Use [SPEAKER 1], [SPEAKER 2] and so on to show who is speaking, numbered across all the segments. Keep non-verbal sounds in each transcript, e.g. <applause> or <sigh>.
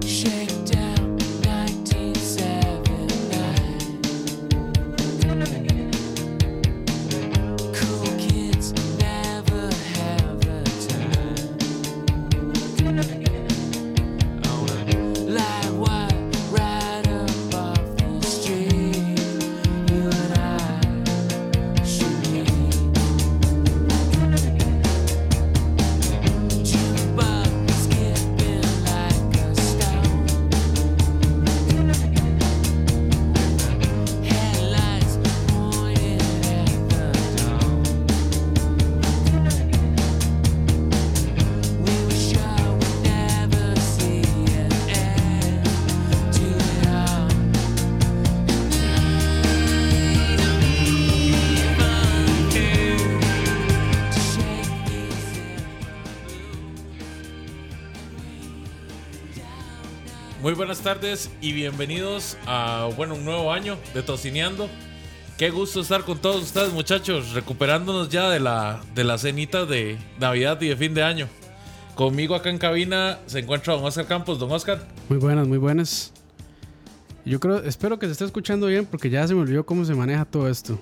[SPEAKER 1] Shakedown 1979. Cool kids never have the time. Like wire right up off the street. You and I should be. Jukebox skipping like a stone. Headlights pointed at the dawn. We were sure we'd never see an end to it all. And they don't even care to shake these
[SPEAKER 2] Muy buenas tardes y bienvenidos a bueno un nuevo año de Tocineando. Qué gusto estar con todos ustedes muchachos, recuperándonos ya de la, de la cenita de Navidad y de fin de año. Conmigo acá en cabina se encuentra don Oscar Campos. Don Oscar,
[SPEAKER 3] Muy buenas, muy buenas. Yo creo, espero que se esté escuchando bien porque ya se me olvidó cómo se maneja todo esto.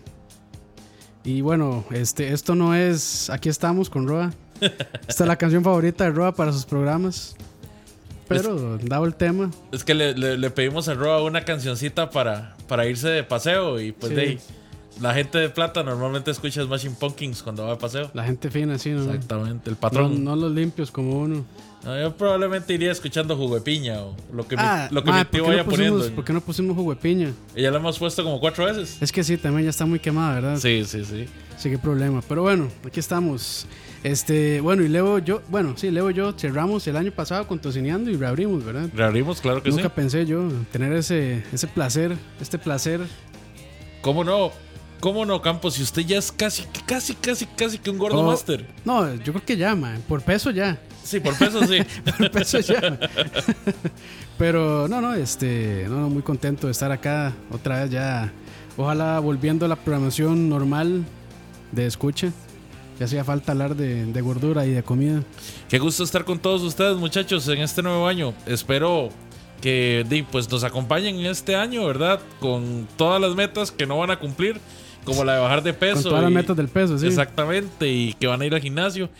[SPEAKER 3] Y bueno, este, esto no es. Aquí estamos con Roa. Esta es la canción favorita de Roa para sus programas. Pero dado el tema,
[SPEAKER 2] es que le, le- le pedimos a Roa una cancioncita para, para irse de paseo y pues
[SPEAKER 3] Sí.
[SPEAKER 2] de ahí, la gente de plata normalmente escucha Smashing Pumpkins cuando va de paseo.
[SPEAKER 3] la gente fina, sí, ¿no?
[SPEAKER 2] Exactamente, el
[SPEAKER 3] No,
[SPEAKER 2] patrón.
[SPEAKER 3] no los limpios como uno.
[SPEAKER 2] No, yo probablemente iría escuchando jugo de piña o lo que, mi-
[SPEAKER 3] Ah,
[SPEAKER 2] lo que
[SPEAKER 3] ma,
[SPEAKER 2] mi
[SPEAKER 3] ¿por
[SPEAKER 2] tío
[SPEAKER 3] qué no
[SPEAKER 2] vaya
[SPEAKER 3] pusimos-
[SPEAKER 2] poniendo.
[SPEAKER 3] ¿Por qué no pusimos jugo de piña?
[SPEAKER 2] Y ya la hemos puesto como cuatro veces.
[SPEAKER 3] Es que sí, también ya está muy quemada, ¿verdad?
[SPEAKER 2] Sí, sí, sí.
[SPEAKER 3] Sí, qué problema. Pero bueno, aquí estamos. Este, bueno, y Leo yo, bueno, sí, Leo yo cerramos el año pasado con Tocineando y reabrimos, ¿verdad?
[SPEAKER 2] Reabrimos, claro que
[SPEAKER 3] Nunca
[SPEAKER 2] Pues sí.
[SPEAKER 3] pensé yo tener ese, ese placer, este placer.
[SPEAKER 2] ¿Cómo no? ¿Cómo no, Campos? Si usted ya es casi, casi, casi, casi que un gordo
[SPEAKER 3] Oh.
[SPEAKER 2] master.
[SPEAKER 3] No, yo creo que ya, man, por peso ya. <laughs>
[SPEAKER 2] Sí, por peso sí.
[SPEAKER 3] Por peso ya. <laughs> man. Pero no, no, este, no, no, muy contento de estar acá otra vez ya. Ojalá volviendo a la programación normal de escucha. Ya hacía falta hablar de, de gordura y de comida. Pues,
[SPEAKER 2] Qué gusto estar con todos ustedes, muchachos, en este nuevo año. Espero que di, pues, nos acompañen en este año, ¿verdad? Con todas las metas que no van a cumplir, como la de bajar de peso.
[SPEAKER 3] con todas las
[SPEAKER 2] y-
[SPEAKER 3] metas del peso, sí.
[SPEAKER 2] Exactamente, y que van a ir al gimnasio.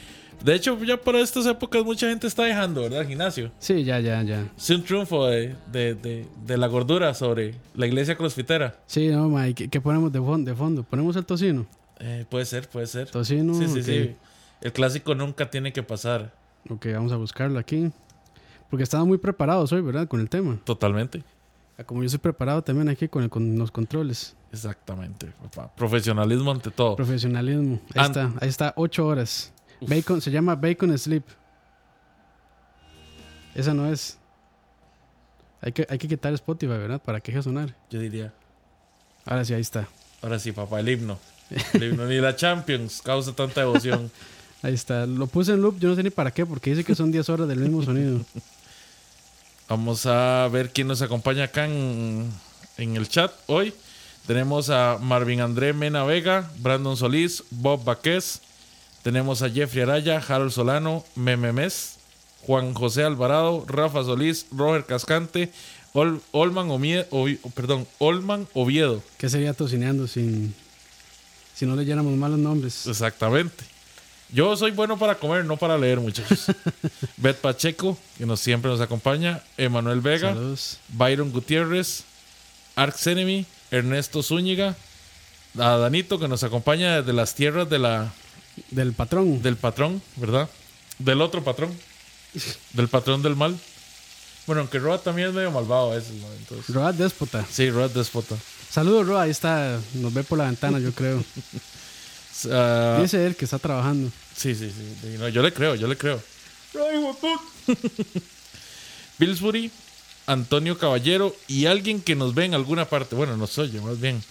[SPEAKER 2] De hecho, ya para estas épocas mucha gente está dejando, ¿verdad? El gimnasio.
[SPEAKER 3] Sí, ya, ya, ya.
[SPEAKER 2] Es un triunfo de, de- de- de la gordura sobre la iglesia crossfitera.
[SPEAKER 3] Sí, no, ma, ¿y ¿qué, qué ponemos de, fon- de fondo? ¿Ponemos el tocino?
[SPEAKER 2] Eh, puede ser, puede ser.
[SPEAKER 3] Tocino.
[SPEAKER 2] sí, sí,
[SPEAKER 3] ok.
[SPEAKER 2] sí. El clásico nunca tiene que pasar.
[SPEAKER 3] Ok, vamos a buscarlo aquí. Porque estaban muy preparados hoy, ¿verdad? Con el tema.
[SPEAKER 2] Totalmente.
[SPEAKER 3] Ah, Como yo soy preparado también aquí con, el- con los controles.
[SPEAKER 2] Exactamente, papá. Profesionalismo ante todo.
[SPEAKER 3] Profesionalismo. Ahí
[SPEAKER 2] An-
[SPEAKER 3] está, ahí está, ocho horas. Bacon, se llama Bacon Sleep. Esa no es. Hay que, hay que quitar Spotify, ¿verdad? Para que deje sonar.
[SPEAKER 2] Yo diría,
[SPEAKER 3] Ahora sí, ahí está.
[SPEAKER 2] ahora sí, papá, el himno. El himno ni la Champions causa tanta devoción.
[SPEAKER 3] Ahí está. Lo puse en loop, yo no sé ni para qué, porque dice que son 10 horas del
[SPEAKER 2] <laughs>
[SPEAKER 3] mismo sonido.
[SPEAKER 2] Vamos a ver quién nos acompaña acá en, en el chat hoy. Tenemos a Marvin André Mena Vega, Brandon Solís, Bob Baquez. Tenemos a Jeffrey Araya, Harold Solano, Mememes, Juan José Alvarado, Rafa Solís, Roger Cascante, Ol- Olman, Omie- Ovi- perdón, Olman Oviedo. Pues,
[SPEAKER 3] ¿Qué sería tocineando sin, si no leyéramos malos nombres?
[SPEAKER 2] Exactamente. Yo soy bueno para comer, no para leer, muchachos. Bet Pacheco, que nos, siempre nos acompaña. Emanuel Vega.
[SPEAKER 3] Saludos.
[SPEAKER 2] Byron Gutiérrez, Arx Enemy, Ernesto Zúñiga, a Danito que nos acompaña desde las tierras de la,
[SPEAKER 3] Del patrón.
[SPEAKER 2] del patrón, ¿verdad? Del otro patrón, del patrón del mal. Bueno, aunque Roa también es medio malvado a veces, ¿no? Entonces,
[SPEAKER 3] Roa déspota.
[SPEAKER 2] sí, Roa es despota.
[SPEAKER 3] Saludos, Roa. Ahí está. Nos ve por la ventana, yo creo.
[SPEAKER 2] <laughs> Ah,
[SPEAKER 3] Dice él que está trabajando.
[SPEAKER 2] sí, sí, sí. sí, no, yo le creo, yo le creo. Ay, hijo de puta. <laughs> Pillsbury, Antonio Caballero y alguien que nos ve en alguna parte. Bueno, nos oye, más bien.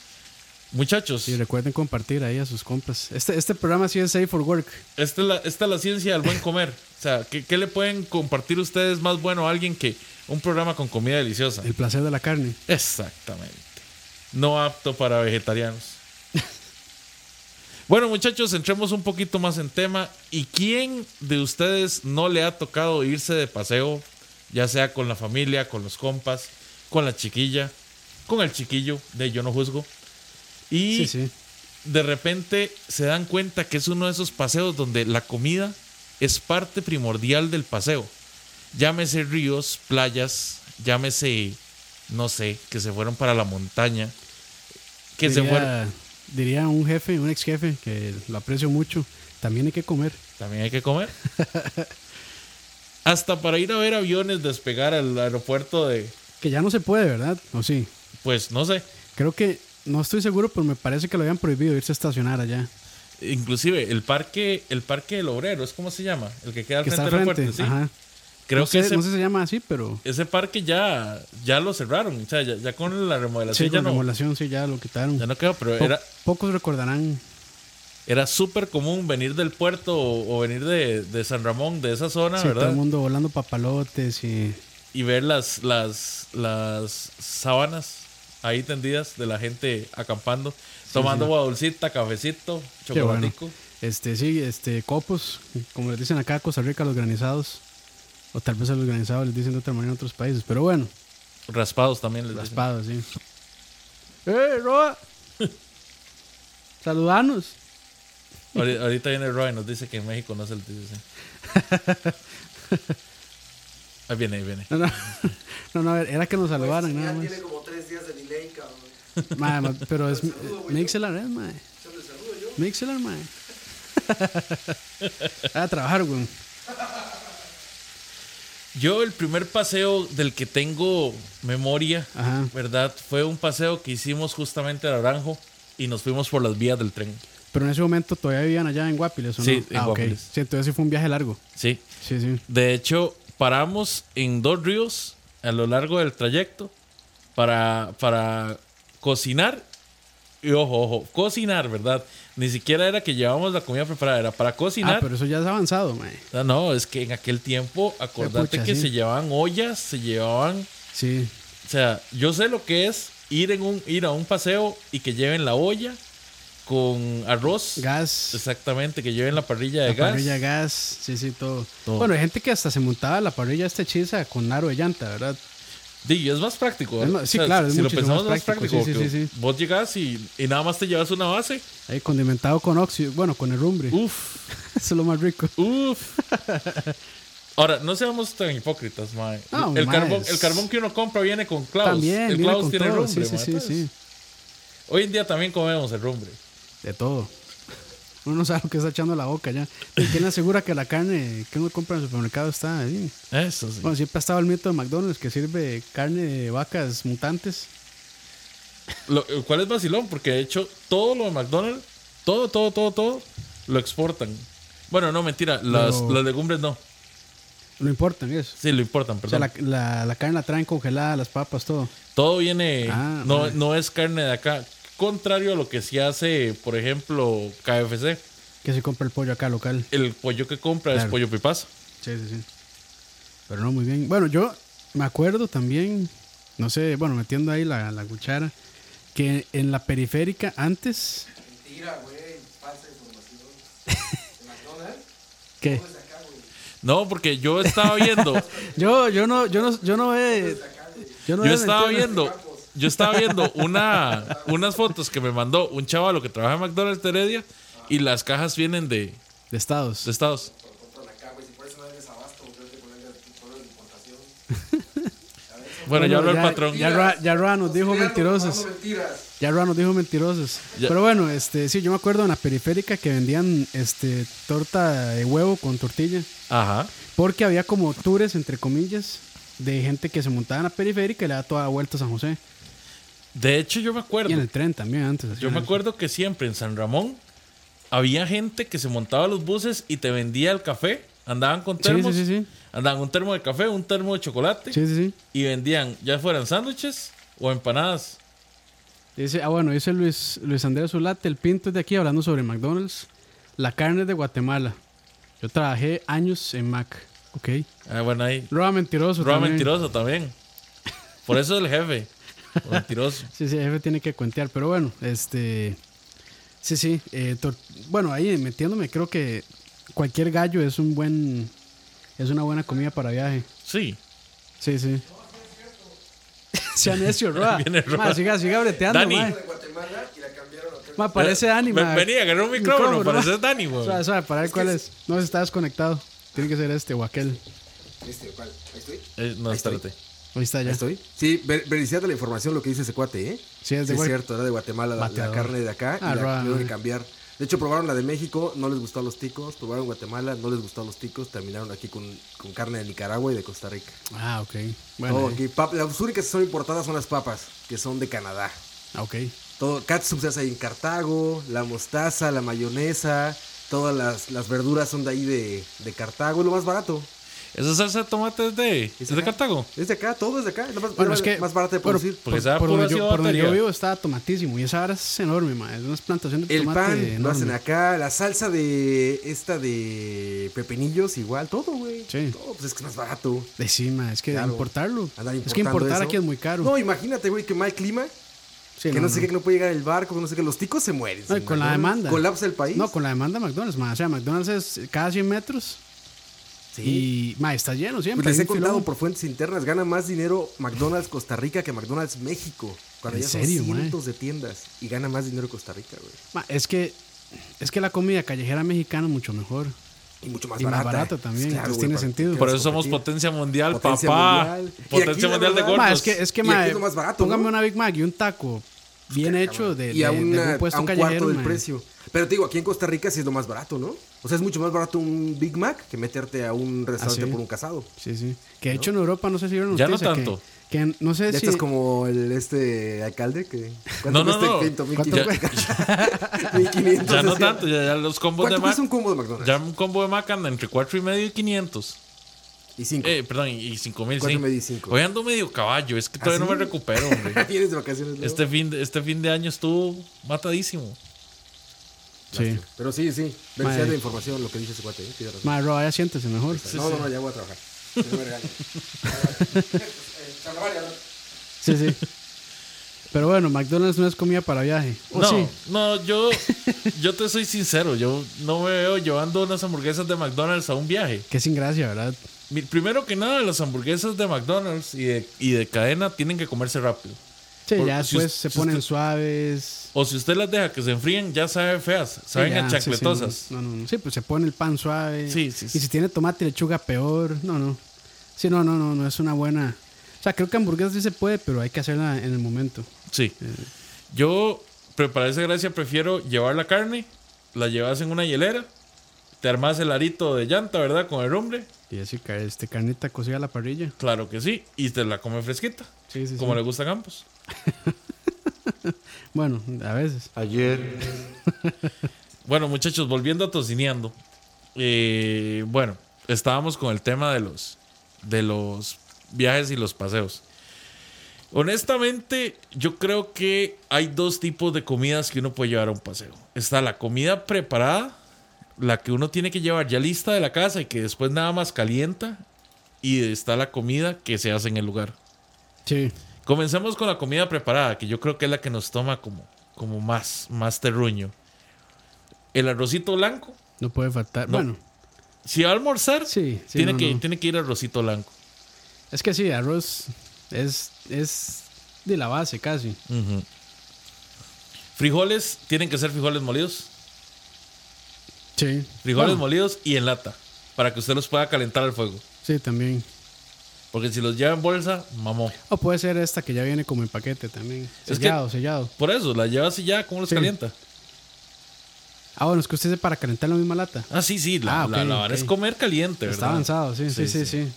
[SPEAKER 2] Muchachos,
[SPEAKER 3] Y recuerden compartir ahí a sus compas. Este, este programa sí es Safe for Work.
[SPEAKER 2] Esta es, la, esta es la ciencia del buen comer. O sea, ¿qué, qué le pueden compartir ustedes más bueno a alguien que un programa con comida deliciosa?
[SPEAKER 3] El placer de la carne.
[SPEAKER 2] Exactamente. No apto para vegetarianos. Bueno, muchachos, entremos un poquito más en tema. ¿Y quién de ustedes no le ha tocado irse de paseo? Ya sea con la familia, con los compas, con la chiquilla, con el chiquillo, de yo no juzgo. Y
[SPEAKER 3] Sí, sí.
[SPEAKER 2] de repente se dan cuenta que es uno de esos paseos donde la comida es parte primordial del paseo. Llámese ríos, playas, llámese, no sé, que se fueron para la montaña, que se fueron...
[SPEAKER 3] Diría- Diría un jefe, un ex jefe, que lo aprecio mucho. También hay que comer.
[SPEAKER 2] También hay que
[SPEAKER 3] <laughs>
[SPEAKER 2] comer. Hasta para ir a ver aviones despegar al aeropuerto de...
[SPEAKER 3] Que ya no se puede, ¿verdad? ¿O sí?
[SPEAKER 2] Pues no sé,
[SPEAKER 3] Creo que, no estoy seguro, pero me parece que lo habían prohibido irse a estacionar allá.
[SPEAKER 2] inclusive el parque, el parque del obrero, ¿es cómo se llama? El que queda al
[SPEAKER 3] Que está
[SPEAKER 2] frente del
[SPEAKER 3] al frente.
[SPEAKER 2] aeropuerto, sí.
[SPEAKER 3] Ajá.
[SPEAKER 2] Creo
[SPEAKER 3] no
[SPEAKER 2] que
[SPEAKER 3] sé,
[SPEAKER 2] ese
[SPEAKER 3] no sé si se llama así, pero...
[SPEAKER 2] ese parque ya, ya lo cerraron. O sea, ya, ya con la remodelación
[SPEAKER 3] Sí,
[SPEAKER 2] ya,
[SPEAKER 3] con
[SPEAKER 2] no,
[SPEAKER 3] remodelación, Oh. sí, ya lo quitaron.
[SPEAKER 2] ya no quedó, pero
[SPEAKER 3] Po-
[SPEAKER 2] era,
[SPEAKER 3] Pocos recordarán.
[SPEAKER 2] era súper común venir del puerto o, o venir de, de San Ramón, de esa zona,
[SPEAKER 3] sí, todo
[SPEAKER 2] Ah, ¿verdad?
[SPEAKER 3] el mundo volando papalotes y...
[SPEAKER 2] Y ver las, las, las sábanas ahí tendidas de la gente acampando, tomando guadulcita, cafecito,
[SPEAKER 3] Qué bueno.
[SPEAKER 2] chocolatico.
[SPEAKER 3] Este, sí, este, copos, como les dicen acá, Costa Rica, los granizados. O tal vez a los granizados les dicen de otra manera en otros países. Pero bueno,
[SPEAKER 2] Raspados también les dicen.
[SPEAKER 3] raspados, sí. <laughs> ¡Eh,
[SPEAKER 2] <laughs>
[SPEAKER 3] Roa! Saludanos.
[SPEAKER 2] Ahori- Ahorita viene Roy y nos dice que en México no se les dice así.
[SPEAKER 3] <laughs>
[SPEAKER 2] Ahí viene, ahí viene.
[SPEAKER 3] No, <laughs> no, no, no, a ver, era que nos saludaran,
[SPEAKER 4] Pues, Ya
[SPEAKER 3] nada más.
[SPEAKER 4] tiene como tres días de delay, cabrón.
[SPEAKER 3] <laughs>
[SPEAKER 4] Pues,
[SPEAKER 3] Mae, ma- pero es Mixelar, eh, mae. Mixelar, mae. <laughs> A trabajar, güey.
[SPEAKER 2] Yo el primer paseo del que tengo memoria,
[SPEAKER 3] Ajá.
[SPEAKER 2] ¿verdad? Fue un paseo que hicimos justamente a Naranjo y nos fuimos por las vías del tren.
[SPEAKER 3] Pero en ese momento todavía vivían allá en Guapiles, ¿o no?
[SPEAKER 2] Sí, en
[SPEAKER 3] ah, ok.
[SPEAKER 2] Guapiles.
[SPEAKER 3] Sí, entonces sí fue un viaje largo.
[SPEAKER 2] Sí.
[SPEAKER 3] Sí, sí.
[SPEAKER 2] De hecho, paramos en dos ríos a lo largo del trayecto para, para cocinar. Y ojo, ojo, cocinar, ¿verdad? Ni siquiera era que llevábamos la comida preparada, era para
[SPEAKER 3] Ah,
[SPEAKER 2] cocinar.
[SPEAKER 3] pero eso ya es avanzado, mae.
[SPEAKER 2] No, no, es que en aquel tiempo, acordate
[SPEAKER 3] Pucha,
[SPEAKER 2] que
[SPEAKER 3] sí.
[SPEAKER 2] se llevaban ollas, se llevaban
[SPEAKER 3] Sí.
[SPEAKER 2] O sea, yo sé lo que es ir, en un, ir a un paseo y que lleven la olla con arroz.
[SPEAKER 3] Gas.
[SPEAKER 2] Exactamente, que lleven la parrilla de
[SPEAKER 3] La
[SPEAKER 2] gas.
[SPEAKER 3] parrilla gas, sí, sí, todo.
[SPEAKER 2] Todo.
[SPEAKER 3] Bueno, hay gente que hasta se montaba la parrilla esta hechiza con aro de llanta, ¿verdad?
[SPEAKER 2] Digo, es más práctico.
[SPEAKER 3] Es
[SPEAKER 2] ¿eh?
[SPEAKER 3] más- sí, claro, es
[SPEAKER 2] si lo
[SPEAKER 3] muchísimo
[SPEAKER 2] pensamos es
[SPEAKER 3] más
[SPEAKER 2] más práctico.
[SPEAKER 3] práctico, sí,
[SPEAKER 2] porque
[SPEAKER 3] sí, sí, sí.
[SPEAKER 2] Vos llegás y, y nada más te llevas una base.
[SPEAKER 3] Ahí condimentado con óxido, bueno, con herrumbre.
[SPEAKER 2] Uh, Uf,
[SPEAKER 3] Eso es lo más rico.
[SPEAKER 2] uf. Ahora, no seamos tan hipócritas, mae.
[SPEAKER 3] No,
[SPEAKER 2] el,
[SPEAKER 3] mae,
[SPEAKER 2] carbón,
[SPEAKER 3] es-
[SPEAKER 2] el carbón que uno compra viene con clavos.
[SPEAKER 3] También,
[SPEAKER 2] el
[SPEAKER 3] viene
[SPEAKER 2] clavos
[SPEAKER 3] con
[SPEAKER 2] tiene
[SPEAKER 3] todo,
[SPEAKER 2] rumbre,
[SPEAKER 3] sí,
[SPEAKER 2] mae,
[SPEAKER 3] sí, sí,
[SPEAKER 2] entonces,
[SPEAKER 3] sí,
[SPEAKER 2] Hoy en día también comemos el rumbre.
[SPEAKER 3] de todo. Uno no sabe lo que está echando a la boca ya. ¿Y quién le asegura que la carne que uno compra en el supermercado está ahí?
[SPEAKER 2] Eso sí.
[SPEAKER 3] Bueno, siempre ha estado el mito de McDonald's que sirve carne de vacas mutantes.
[SPEAKER 2] Lo, el cual es vacilón, porque de hecho todo lo de McDonald's, todo, todo, todo, todo, lo exportan. Bueno, no, mentira, las,
[SPEAKER 3] Pero-
[SPEAKER 2] las legumbres no.
[SPEAKER 3] No importa, eso.
[SPEAKER 2] Sí, lo importan,
[SPEAKER 3] O sea,
[SPEAKER 2] perdón.
[SPEAKER 3] la, la- la carne la traen congelada, las papas, todo.
[SPEAKER 2] Todo viene,
[SPEAKER 3] Ah,
[SPEAKER 2] no,
[SPEAKER 3] vale.
[SPEAKER 2] no es carne de acá. Contrario a lo que se hace, por ejemplo, KFC.
[SPEAKER 3] Que se compra el pollo acá local.
[SPEAKER 2] El pollo que compra es
[SPEAKER 3] Claro.
[SPEAKER 2] pollo pipazo.
[SPEAKER 3] Sí, sí, sí. Pero no, muy bien. Bueno, yo me acuerdo también, no sé, bueno, metiendo ahí la, la cuchara, que en la periférica antes...
[SPEAKER 4] Mentira, güey. Falsa información. ¿De McDonald's?
[SPEAKER 3] ¿Qué?
[SPEAKER 2] No, porque yo estaba
[SPEAKER 3] <laughs>
[SPEAKER 2] viendo,
[SPEAKER 3] Yo, yo no, yo no, yo no he... Yo, no
[SPEAKER 2] yo
[SPEAKER 3] he
[SPEAKER 2] estaba
[SPEAKER 3] metido-
[SPEAKER 2] viendo, yo estaba viendo una, unas fotos que me mandó un chaval que trabaja en McDonald's de Heredia y las cajas vienen de,
[SPEAKER 3] de estados.
[SPEAKER 2] de Estados.
[SPEAKER 4] <laughs> por contra la cago. Y si por eso no hay desabasto, creo que ponerle solo la importación.
[SPEAKER 2] Bueno, ya habló el
[SPEAKER 3] ya-
[SPEAKER 2] patrón.
[SPEAKER 3] Ya, Ra- ya Ra nos dijo
[SPEAKER 4] Tirando,
[SPEAKER 3] mentirosos.
[SPEAKER 4] hablando mentiras.
[SPEAKER 3] Ya Ra nos dijo mentirosos.
[SPEAKER 2] Ya.
[SPEAKER 3] Pero bueno, este, sí, yo me acuerdo en la periférica que vendían este, torta de huevo con tortilla.
[SPEAKER 2] Ajá.
[SPEAKER 3] Porque había como tours, entre comillas, de gente que se montaba en la periférica y le daba toda la vuelta a San José.
[SPEAKER 2] De hecho, yo me acuerdo.
[SPEAKER 3] Y en el tren también antes.
[SPEAKER 2] Yo
[SPEAKER 3] hacían
[SPEAKER 2] me
[SPEAKER 3] eso.
[SPEAKER 2] acuerdo que siempre en San Ramón había gente que se montaba a los buses y te vendía el café. Andaban con
[SPEAKER 3] Sí,
[SPEAKER 2] termos.
[SPEAKER 3] sí, sí, sí.
[SPEAKER 2] Andaban un termo de café, un termo de chocolate.
[SPEAKER 3] Sí, sí, sí.
[SPEAKER 2] Y vendían, ya fueran sándwiches o empanadas.
[SPEAKER 3] Dice, ah, bueno, dice Luis, Luis Andrés Zulate, el pinto es de aquí hablando sobre McDonald's. La carne es de Guatemala. Yo trabajé años en Mac. Ok.
[SPEAKER 2] Ah, bueno, ahí.
[SPEAKER 3] Roba mentiroso.
[SPEAKER 2] Roba
[SPEAKER 3] también.
[SPEAKER 2] mentiroso también. Por eso es el jefe. Mentiroso.
[SPEAKER 3] Sí, sí, el jefe tiene que cuentear, pero bueno, este. Sí, sí. eh, tor- bueno, ahí metiéndome, creo que cualquier gallo es un buen. Es una buena comida para viaje.
[SPEAKER 2] Sí.
[SPEAKER 3] Sí, sí. <laughs> Sea necio,
[SPEAKER 2] <laughs>
[SPEAKER 3] Roa.
[SPEAKER 2] Viene Roa.
[SPEAKER 3] Ma, siga, siga breteando,
[SPEAKER 2] Dani.
[SPEAKER 3] ma.
[SPEAKER 4] De Guatemala y la cambiaron a hotel.
[SPEAKER 3] Ma, parece Dani,
[SPEAKER 2] Ven- <laughs>
[SPEAKER 3] ma.
[SPEAKER 2] Vení, agarré un micrófono.
[SPEAKER 3] Micrófono,
[SPEAKER 2] Pareces
[SPEAKER 3] ma.
[SPEAKER 2] Dani, güey.
[SPEAKER 3] Suave, suave, para ver cuál es. No, está desconectado. Tiene que ser este o aquel.
[SPEAKER 4] Este, ¿cuál? Ahí estoy. ¿Eh?
[SPEAKER 2] Eh, no,
[SPEAKER 4] Ahí estoy.
[SPEAKER 2] espérate.
[SPEAKER 3] Ahí está
[SPEAKER 4] Ahí
[SPEAKER 3] ya.
[SPEAKER 4] estoy. Sí, ver- vericiate la información, lo que dice ese cuate, ¿eh?
[SPEAKER 3] Sí, es de Guate-
[SPEAKER 4] cierto, era de Guatemala la, la
[SPEAKER 3] Bateador.
[SPEAKER 4] carne de acá
[SPEAKER 3] Ah,
[SPEAKER 4] y la
[SPEAKER 3] right.
[SPEAKER 4] tuvieron que cambiar. De hecho, probaron la de México, no les gustó a los ticos. Probaron Guatemala, no les gustó a los ticos. Terminaron aquí con, con carne de Nicaragua y de Costa Rica.
[SPEAKER 3] Ah, ok.
[SPEAKER 4] Todo
[SPEAKER 3] Bueno,
[SPEAKER 4] aquí. pap- las únicas que son importadas son las papas, que son de Canadá.
[SPEAKER 3] ah, ok.
[SPEAKER 4] Todo, catsup se hace ahí en Cartago, la mostaza, la mayonesa, todas las, las verduras son de ahí de, de Cartago, es lo más barato.
[SPEAKER 2] ¿Esa salsa de tomate es de, es de
[SPEAKER 4] acá.
[SPEAKER 2] Cartago?
[SPEAKER 4] Es de acá, todo es de acá, es lo más,
[SPEAKER 3] Bueno,
[SPEAKER 4] es
[SPEAKER 3] es que.
[SPEAKER 4] más barato de
[SPEAKER 3] bueno,
[SPEAKER 4] producir.
[SPEAKER 2] Porque
[SPEAKER 3] por,
[SPEAKER 2] sabe
[SPEAKER 3] por
[SPEAKER 2] pura
[SPEAKER 3] donde yo,
[SPEAKER 2] ciudad
[SPEAKER 3] por donde yo
[SPEAKER 2] batería.
[SPEAKER 3] vivo está tomatísimo. Y esa vara es enorme, ma. Es una plantación de
[SPEAKER 4] El
[SPEAKER 3] tomate
[SPEAKER 4] pan lo
[SPEAKER 3] enorme.
[SPEAKER 4] hacen acá, la salsa de esta de pepinillos igual, todo, güey.
[SPEAKER 3] Sí.
[SPEAKER 4] Todo, pues es que es más barato.
[SPEAKER 3] Eh, sí, ma, es que
[SPEAKER 4] Claro.
[SPEAKER 3] importarlo.
[SPEAKER 4] Andar
[SPEAKER 3] Es que
[SPEAKER 4] importando
[SPEAKER 3] importar
[SPEAKER 4] eso.
[SPEAKER 3] aquí es muy caro.
[SPEAKER 4] No, imagínate, güey, que mal clima,
[SPEAKER 3] Sí,
[SPEAKER 4] que no, sé qué, que no puede llegar el barco, que no sé qué, los ticos se mueren.
[SPEAKER 3] No, y
[SPEAKER 4] sin
[SPEAKER 3] con la
[SPEAKER 4] McDonald's.
[SPEAKER 3] demanda.
[SPEAKER 4] Colapsa el país.
[SPEAKER 3] No, con la demanda de McDonald's, ma. O sea, McDonald's es cada 100 metros.
[SPEAKER 4] Sí.
[SPEAKER 3] Y, ma, está lleno siempre.
[SPEAKER 4] Pues les
[SPEAKER 3] hay
[SPEAKER 4] he
[SPEAKER 3] un
[SPEAKER 4] contado
[SPEAKER 3] filón.
[SPEAKER 4] por fuentes internas, gana más dinero McDonald's Costa Rica que McDonald's México. Cuando
[SPEAKER 3] ¿En
[SPEAKER 4] ya
[SPEAKER 3] serio,
[SPEAKER 4] son
[SPEAKER 3] güey?
[SPEAKER 4] cientos de tiendas y gana más dinero Costa Rica, güey.
[SPEAKER 3] Ma, es que. Es que la comida callejera mexicana es mucho mejor.
[SPEAKER 4] Y mucho más
[SPEAKER 3] Y más
[SPEAKER 4] barata.
[SPEAKER 3] barata también,
[SPEAKER 4] Claro,
[SPEAKER 3] entonces
[SPEAKER 4] güey,
[SPEAKER 3] tiene
[SPEAKER 4] para-
[SPEAKER 3] sentido.
[SPEAKER 2] Por eso somos
[SPEAKER 4] competir.
[SPEAKER 2] potencia mundial,
[SPEAKER 4] Potencia
[SPEAKER 2] papá.
[SPEAKER 4] mundial. Y aquí,
[SPEAKER 2] Potencia
[SPEAKER 4] la
[SPEAKER 2] mundial de
[SPEAKER 4] verdad-
[SPEAKER 2] gordos.
[SPEAKER 3] Ma, es que, es que
[SPEAKER 4] Y
[SPEAKER 3] ma,
[SPEAKER 4] aquí es lo más barato,
[SPEAKER 3] póngame
[SPEAKER 4] ¿no? Pues
[SPEAKER 3] una Big Mac y un taco bien hecho de,
[SPEAKER 4] y a,
[SPEAKER 3] de- de
[SPEAKER 4] una-
[SPEAKER 3] un puesto
[SPEAKER 4] a un
[SPEAKER 3] callejero,
[SPEAKER 4] cuarto del
[SPEAKER 3] ma.
[SPEAKER 4] precio. Pero te digo, aquí en Costa Rica sí es lo más barato, ¿no? O sea, es mucho más barato un Big Mac que meterte a un restaurante
[SPEAKER 3] ¿Ah, sí.
[SPEAKER 4] por un casado.
[SPEAKER 3] Sí, sí. Que de hecho en Europa no sé si vieron
[SPEAKER 2] Ya no
[SPEAKER 3] noticia que-
[SPEAKER 2] tanto.
[SPEAKER 3] Que, en- no sé
[SPEAKER 4] Ya
[SPEAKER 3] si
[SPEAKER 4] estás como el este alcalde que.
[SPEAKER 2] <laughs> No, no,
[SPEAKER 4] cuesta
[SPEAKER 2] no.
[SPEAKER 4] el pinto?
[SPEAKER 3] ¿Cuánto
[SPEAKER 4] 1500. <laughs> 1500,
[SPEAKER 2] Ya no
[SPEAKER 4] decía.
[SPEAKER 2] tanto, ya, ya los combos de
[SPEAKER 4] ¿Cuánto
[SPEAKER 2] Mac.
[SPEAKER 4] cuesta un combo de McDonald's?
[SPEAKER 2] Ya un combo de Mac anda entre 4 y medio y 500.
[SPEAKER 4] Y cinco. <laughs>
[SPEAKER 2] Eh, perdón, y 5 mil.
[SPEAKER 4] Cuatro
[SPEAKER 2] sí.
[SPEAKER 4] y medio y cinco.
[SPEAKER 2] Hoy ando medio caballo, es que todavía
[SPEAKER 4] ¿Ah,
[SPEAKER 2] no
[SPEAKER 4] sí?
[SPEAKER 2] me recupero,
[SPEAKER 4] <laughs>
[SPEAKER 2] hombre.
[SPEAKER 4] Vienes de vacaciones. luego.
[SPEAKER 2] este, fin de, este fin de año estuvo matadísimo.
[SPEAKER 3] Sí.
[SPEAKER 4] Pero sí, sí.
[SPEAKER 3] Madre.
[SPEAKER 4] Beneficiar de información lo que dice ese cuate. ¿eh? Tiene razón.
[SPEAKER 3] Ma, Roa, ya siéntese mejor.
[SPEAKER 4] no, no, no, ya voy
[SPEAKER 3] <laughs>
[SPEAKER 4] a Eh, trabajar. No me regañes.
[SPEAKER 3] Sí,
[SPEAKER 4] <laughs>
[SPEAKER 3] sí. Pero bueno, McDonald's no es comida para viaje.
[SPEAKER 4] Oh,
[SPEAKER 3] ¿O
[SPEAKER 2] No,
[SPEAKER 3] sí?
[SPEAKER 2] no,
[SPEAKER 4] <laughs>
[SPEAKER 2] yo, yo te soy sincero, yo no me veo llevando unas hamburguesas de McDonald's a un viaje.
[SPEAKER 3] Que sin gracia, ¿verdad?
[SPEAKER 2] Mi- Primero que nada, las hamburguesas de McDonald's y de, y de cadena tienen que comerse rápido.
[SPEAKER 3] Sí,
[SPEAKER 2] Por-
[SPEAKER 3] ya
[SPEAKER 2] si
[SPEAKER 3] después
[SPEAKER 2] us-
[SPEAKER 3] se
[SPEAKER 2] si
[SPEAKER 3] ponen
[SPEAKER 2] usted-
[SPEAKER 3] suaves.
[SPEAKER 2] O si usted las deja que se enfríen, ya saben feas,
[SPEAKER 3] Sí,
[SPEAKER 2] saben
[SPEAKER 3] ya,
[SPEAKER 2] a
[SPEAKER 3] sí, sí,
[SPEAKER 2] chacletosas.
[SPEAKER 3] no, no, no. Sí, pues se pone el pan suave.
[SPEAKER 2] Sí, sí, sí.
[SPEAKER 3] Y si tiene tomate y lechuga, peor. No, no. Sí, no, no, no, no es una buena. O sea, creo que hamburguesas sí se puede, pero hay que hacerla en el momento.
[SPEAKER 2] Sí. Yo, pero para esa gracia, prefiero llevar la carne, la llevas en una hielera, te armas el arito de llanta, ¿verdad? Con el hombre.
[SPEAKER 3] Y así, ca- este, carnita cocida a la parrilla.
[SPEAKER 2] Claro que sí. Y te la come fresquita,
[SPEAKER 3] Sí, sí,
[SPEAKER 2] como
[SPEAKER 3] sí.
[SPEAKER 2] le gusta a Campos.
[SPEAKER 3] Bueno, a veces.
[SPEAKER 2] Bueno, muchachos, volviendo a tocineando. eh, bueno, estábamos con el tema de los, de los viajes y los paseos. Honestamente, yo creo que hay dos tipos de comidas que uno puede llevar a un paseo. Está la comida preparada, la que uno tiene que llevar ya lista de la casa y que después nada más calienta. Y está la comida que se hace en el lugar.
[SPEAKER 3] Sí.
[SPEAKER 2] Comencemos con la comida preparada, que yo creo que es la que nos toma como, como más, más terruño. El arrocito blanco.
[SPEAKER 3] No puede faltar.
[SPEAKER 2] No.
[SPEAKER 3] Bueno,
[SPEAKER 2] Si va a almorzar,
[SPEAKER 3] Sí, sí,
[SPEAKER 2] tiene,
[SPEAKER 3] no,
[SPEAKER 2] que,
[SPEAKER 3] no.
[SPEAKER 2] tiene que ir arrocito blanco.
[SPEAKER 3] es que sí, arroz es, es de la base casi.
[SPEAKER 2] Frijoles, tienen que ser frijoles molidos.
[SPEAKER 3] Sí.
[SPEAKER 2] Frijoles
[SPEAKER 3] Bueno,
[SPEAKER 2] molidos y en lata. Para que usted los pueda calentar al fuego.
[SPEAKER 3] Sí, también.
[SPEAKER 2] Porque si los lleva en bolsa, mamó.
[SPEAKER 3] O puede ser esta que ya viene como en paquete también.
[SPEAKER 2] que-
[SPEAKER 3] Sellado, sellado.
[SPEAKER 2] Por eso, la lleva así ya, ¿cómo los
[SPEAKER 3] Sí.
[SPEAKER 2] calienta?
[SPEAKER 3] Ah, bueno, es que usted es para calentar la misma lata.
[SPEAKER 2] Ah, sí, sí, la,
[SPEAKER 3] Ah,
[SPEAKER 2] la-
[SPEAKER 3] ok,
[SPEAKER 2] la vara es
[SPEAKER 3] ok.
[SPEAKER 2] comer caliente, ¿verdad?
[SPEAKER 3] Está avanzado, sí, sí,
[SPEAKER 2] Sí,
[SPEAKER 3] sí, sí.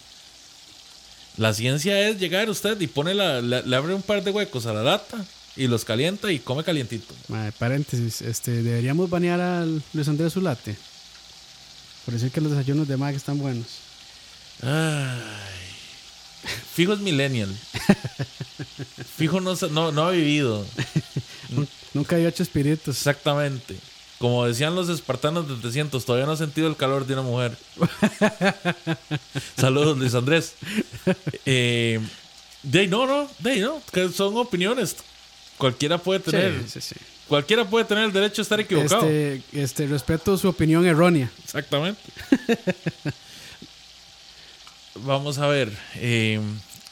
[SPEAKER 2] La ciencia es llegar usted y pone la, la- le abre un par de huecos a la lata y los calienta y come calientito.
[SPEAKER 3] Madre, paréntesis, este, deberíamos banear al Luis Andrés Zulate. Por decir que los desayunos de Mac están buenos.
[SPEAKER 2] Ay. Fijo es
[SPEAKER 3] <laughs>
[SPEAKER 2] millennial. Fijo no, sa- no, no ha vivido.
[SPEAKER 3] Nunca había hecho espíritus.
[SPEAKER 2] Exactamente. Como decían los espartanos del 300, todavía no ha sentido el calor de una
[SPEAKER 3] <laughs>
[SPEAKER 2] mujer. Saludos, Luis Andrés. Eh, de ahí, no, no, de ahí, no, que son opiniones. Cualquiera puede tener,
[SPEAKER 3] Sí, sí, sí.
[SPEAKER 2] cualquiera puede tener el derecho a estar equivocado.
[SPEAKER 3] Este, este, respeto su opinión errónea.
[SPEAKER 2] Exactamente. <laughs> Vamos a ver. eh,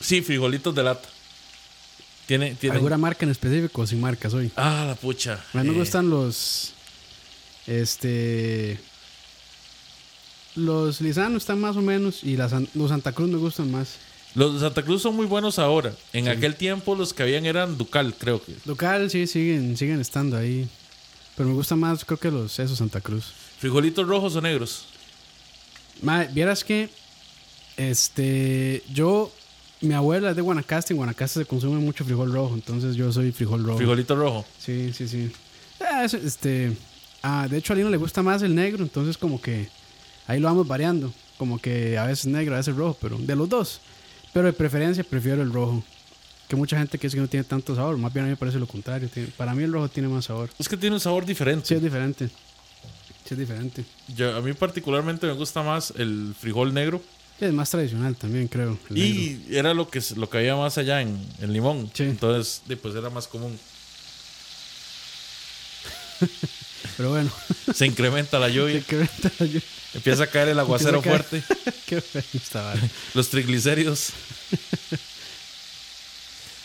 [SPEAKER 2] sí, frijolitos de lata. Tiene, tiene.
[SPEAKER 3] ¿Alguna marca en específico o sin marcas hoy?
[SPEAKER 2] Ah, la pucha.
[SPEAKER 3] A mí me
[SPEAKER 2] Eh,
[SPEAKER 3] gustan los. Este. Los lisanos están más o menos. Y las, san- los Santa Cruz me gustan más.
[SPEAKER 2] Los de Santa Cruz son muy buenos ahora. En aquel tiempo los que habían eran Ducal, creo que.
[SPEAKER 3] Local, sí, siguen, siguen estando ahí. Pero me gustan más, creo que los esos Santa Cruz.
[SPEAKER 2] Frijolitos rojos o negros.
[SPEAKER 3] Mae, vieras que. Este. Yo. Mi abuela es de Guanacaste. En Guanacaste se consume mucho frijol rojo. Entonces yo soy frijol rojo.
[SPEAKER 2] Frijolito rojo.
[SPEAKER 3] Sí, sí, sí. Ah, eso, este. Ah, de hecho a Lino le gusta más el negro, entonces como que ahí lo vamos variando. Como que a veces negro, a veces rojo, pero de los dos. Pero de preferencia prefiero el rojo. Que mucha gente que dice que no tiene tanto sabor, más bien a mí me parece lo contrario. tiene- para mí el rojo tiene más sabor.
[SPEAKER 2] Es que tiene un sabor diferente.
[SPEAKER 3] Sí, es diferente. Sí, es diferente.
[SPEAKER 2] Yo- a mí particularmente me gusta más el frijol negro.
[SPEAKER 3] Sí, es más tradicional también, creo. el negro.
[SPEAKER 2] Y era lo que, s- lo que había más allá en, en Limón.
[SPEAKER 3] Sí.
[SPEAKER 2] Entonces, de- pues era más común. <laughs>
[SPEAKER 3] Pero bueno,
[SPEAKER 2] Se incrementa la lluvia.
[SPEAKER 3] qué ventaja yo- <laughs>
[SPEAKER 2] Empieza a caer el aguacero
[SPEAKER 3] Empieza a caer.
[SPEAKER 2] fuerte.
[SPEAKER 3] qué bueno está, vale.
[SPEAKER 2] Los triglicéridos.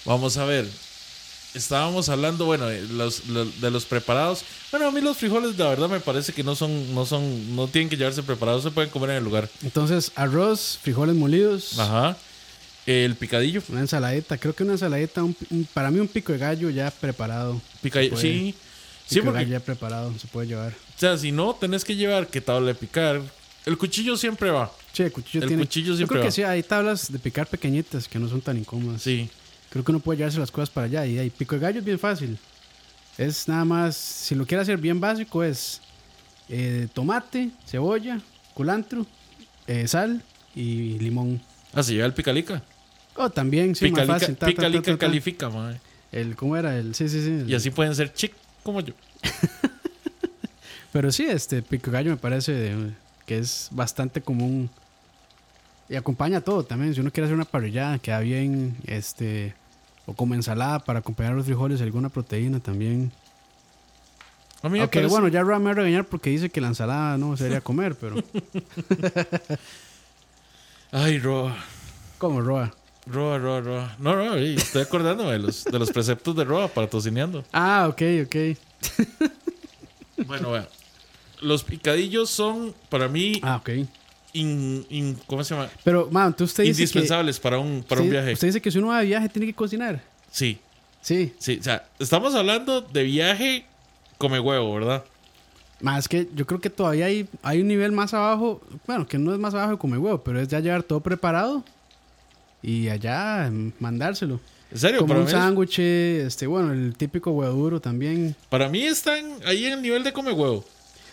[SPEAKER 2] Vamos a ver. Estábamos hablando, bueno, eh, los- lo- de los preparados. Bueno, a mí los frijoles, la verdad, me parece que no son, no son, no tienen que llevarse preparados, se pueden comer en el lugar.
[SPEAKER 3] Entonces, arroz, frijoles molidos.
[SPEAKER 2] Ajá. El picadillo.
[SPEAKER 3] Una ensaladita, creo que una ensaladita, un- un- para mí un pico de gallo ya preparado.
[SPEAKER 2] Picadillo.
[SPEAKER 3] puede.
[SPEAKER 2] Sí. Sí,
[SPEAKER 3] Pico de gallo
[SPEAKER 2] porque,
[SPEAKER 3] ya preparado, se puede llevar.
[SPEAKER 2] o sea, si no, tenés que llevar que tabla de picar. El cuchillo siempre va.
[SPEAKER 3] Sí, el cuchillo
[SPEAKER 2] El
[SPEAKER 3] tiene.
[SPEAKER 2] cuchillo
[SPEAKER 3] yo
[SPEAKER 2] siempre
[SPEAKER 3] creo que
[SPEAKER 2] va.
[SPEAKER 3] sí, hay tablas de picar pequeñitas que no son tan incómodas.
[SPEAKER 2] Sí.
[SPEAKER 3] Creo que uno puede llevarse las cosas para allá y ahí pico de gallo es bien fácil. Es nada más, si lo quiere hacer bien básico es eh, tomate, cebolla, culantro, eh, sal y limón.
[SPEAKER 2] Ah, se lleva el picalica.
[SPEAKER 3] O también, sí,
[SPEAKER 2] picalica
[SPEAKER 3] más fácil. ta, ta, ta,
[SPEAKER 2] picalica
[SPEAKER 3] ta, ta.
[SPEAKER 2] califica, madre.
[SPEAKER 3] El, ¿Cómo era? El, sí, sí, sí. el-
[SPEAKER 2] Y así pueden ser chic como yo.
[SPEAKER 3] Pero sí, este pico gallo me parece eh, que es bastante común. Y acompaña todo también. Si uno quiere hacer una parrillada, queda bien. Este, o como ensalada para acompañar los frijoles, alguna proteína también.
[SPEAKER 2] A mí me
[SPEAKER 3] Aunque
[SPEAKER 2] parece-
[SPEAKER 3] bueno, ya Ra me va a regañar porque dice que la ensalada no se debería comer,
[SPEAKER 2] <laughs>
[SPEAKER 3] pero.
[SPEAKER 2] Ay, Roa.
[SPEAKER 3] como Roa?
[SPEAKER 2] Roa, Roa, Roa. No, no, ey, estoy acordándome de los, de los preceptos de Roa para tocineando.
[SPEAKER 3] Ah, ok, ok.
[SPEAKER 2] Bueno, vea. Los picadillos son para mí
[SPEAKER 3] Ah, ok.
[SPEAKER 2] in- in- ¿cómo se llama?
[SPEAKER 3] Pero, man, tú usted dice. Que,
[SPEAKER 2] indispensables para un para un
[SPEAKER 3] usted-
[SPEAKER 2] viaje.
[SPEAKER 3] Usted dice que si uno va de viaje tiene que cocinar.
[SPEAKER 2] Sí,
[SPEAKER 3] Sí.
[SPEAKER 2] sí, o sea, estamos hablando de viaje come huevo, ¿verdad?
[SPEAKER 3] Más que yo creo que todavía hay, hay un nivel más abajo, bueno, que no es más abajo de comer huevo, pero es ya llevar todo preparado y allá mm, mandárselo.
[SPEAKER 2] En serio,
[SPEAKER 3] Como
[SPEAKER 2] para
[SPEAKER 3] un
[SPEAKER 2] mí, es-
[SPEAKER 3] sándwich, este, bueno, el típico huevo duro también.
[SPEAKER 2] para mí están ahí en el nivel de come huevo.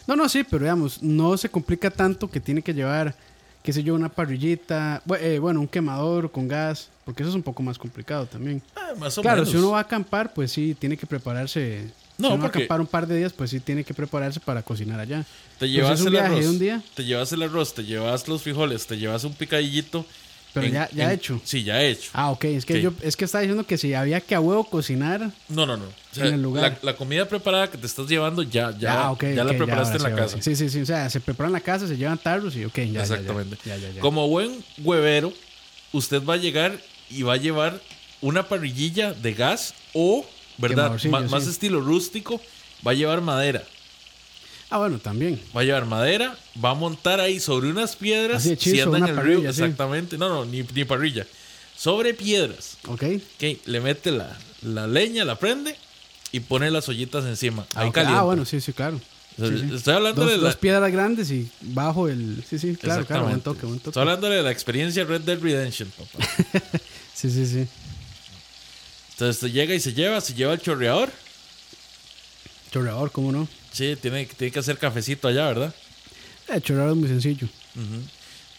[SPEAKER 3] No, no, sí, pero digamos, no se complica tanto que tiene que llevar, qué sé yo, una parrillita, bu- eh, bueno, un quemador con gas, porque eso es un poco más complicado también.
[SPEAKER 2] Ah, más o
[SPEAKER 3] Claro,
[SPEAKER 2] menos.
[SPEAKER 3] si uno va a acampar, pues sí, tiene que prepararse.
[SPEAKER 2] No,
[SPEAKER 3] si uno va a
[SPEAKER 2] porque-
[SPEAKER 3] acampar un par de días, pues sí, tiene que prepararse para cocinar allá.
[SPEAKER 2] Te
[SPEAKER 3] Pues,
[SPEAKER 2] llevas
[SPEAKER 3] es un
[SPEAKER 2] el
[SPEAKER 3] viaje
[SPEAKER 2] arroz.
[SPEAKER 3] de un día.
[SPEAKER 2] Te llevas el arroz, te llevas los frijoles, te llevas un picadillito.
[SPEAKER 3] Pero ya- ya hecho.
[SPEAKER 2] Sí, ya hecho.
[SPEAKER 3] Ah, ok, es que
[SPEAKER 2] Sí.
[SPEAKER 3] yo es que estaba diciendo que si había que a huevo cocinar.
[SPEAKER 2] No, no, no. O sea,
[SPEAKER 3] En el lugar.
[SPEAKER 2] La, la comida preparada que te estás llevando ya, ya,
[SPEAKER 3] Ah, ok,
[SPEAKER 2] ya la
[SPEAKER 3] ok,
[SPEAKER 2] preparaste
[SPEAKER 3] ahora sí,
[SPEAKER 2] en la
[SPEAKER 3] ahora
[SPEAKER 2] casa.
[SPEAKER 3] Sí, sí, sí, o sea, se preparan en la casa, se llevan tarros y ok, ya, ya. ya,
[SPEAKER 2] Exactamente.
[SPEAKER 3] Ya, ya, ya.
[SPEAKER 2] Como buen huevero, usted va a llegar y va a llevar una parrillilla de gas o, ¿verdad?
[SPEAKER 3] Quemadorcillo,
[SPEAKER 2] Ma- más
[SPEAKER 3] sí.
[SPEAKER 2] estilo rústico, va a llevar madera.
[SPEAKER 3] Ah, bueno, también.
[SPEAKER 2] Va a llevar madera, va a montar ahí sobre unas piedras.
[SPEAKER 3] Así de
[SPEAKER 2] si
[SPEAKER 3] chizo,
[SPEAKER 2] anda en
[SPEAKER 3] una
[SPEAKER 2] el río,
[SPEAKER 3] parrilla, sí.
[SPEAKER 2] exactamente. No, no, ni, ni parrilla. Sobre piedras.
[SPEAKER 3] Ok.
[SPEAKER 2] Ok, le mete la, la leña, la prende y pone las ollitas encima.
[SPEAKER 3] Ah,
[SPEAKER 2] Ahí
[SPEAKER 3] ok.
[SPEAKER 2] calienta.
[SPEAKER 3] Ah, bueno, sí, sí, claro.
[SPEAKER 2] O sea,
[SPEAKER 3] Sí, sí.
[SPEAKER 2] Estoy hablando
[SPEAKER 3] Dos,
[SPEAKER 2] de la.
[SPEAKER 3] dos piedras grandes y bajo el. Sí, sí, claro, claro. Buen
[SPEAKER 2] Exactamente.
[SPEAKER 3] toque, buen toque.
[SPEAKER 2] Estoy hablando de la experiencia Red Dead Redemption, papá.
[SPEAKER 3] Sí, sí, sí.
[SPEAKER 2] Entonces te llega y se lleva, se lleva el chorreador.
[SPEAKER 3] Chorreador, ¿cómo no?
[SPEAKER 2] Sí, tiene, tiene que hacer cafecito allá, ¿verdad?
[SPEAKER 3] El chorreador Eh, es muy sencillo.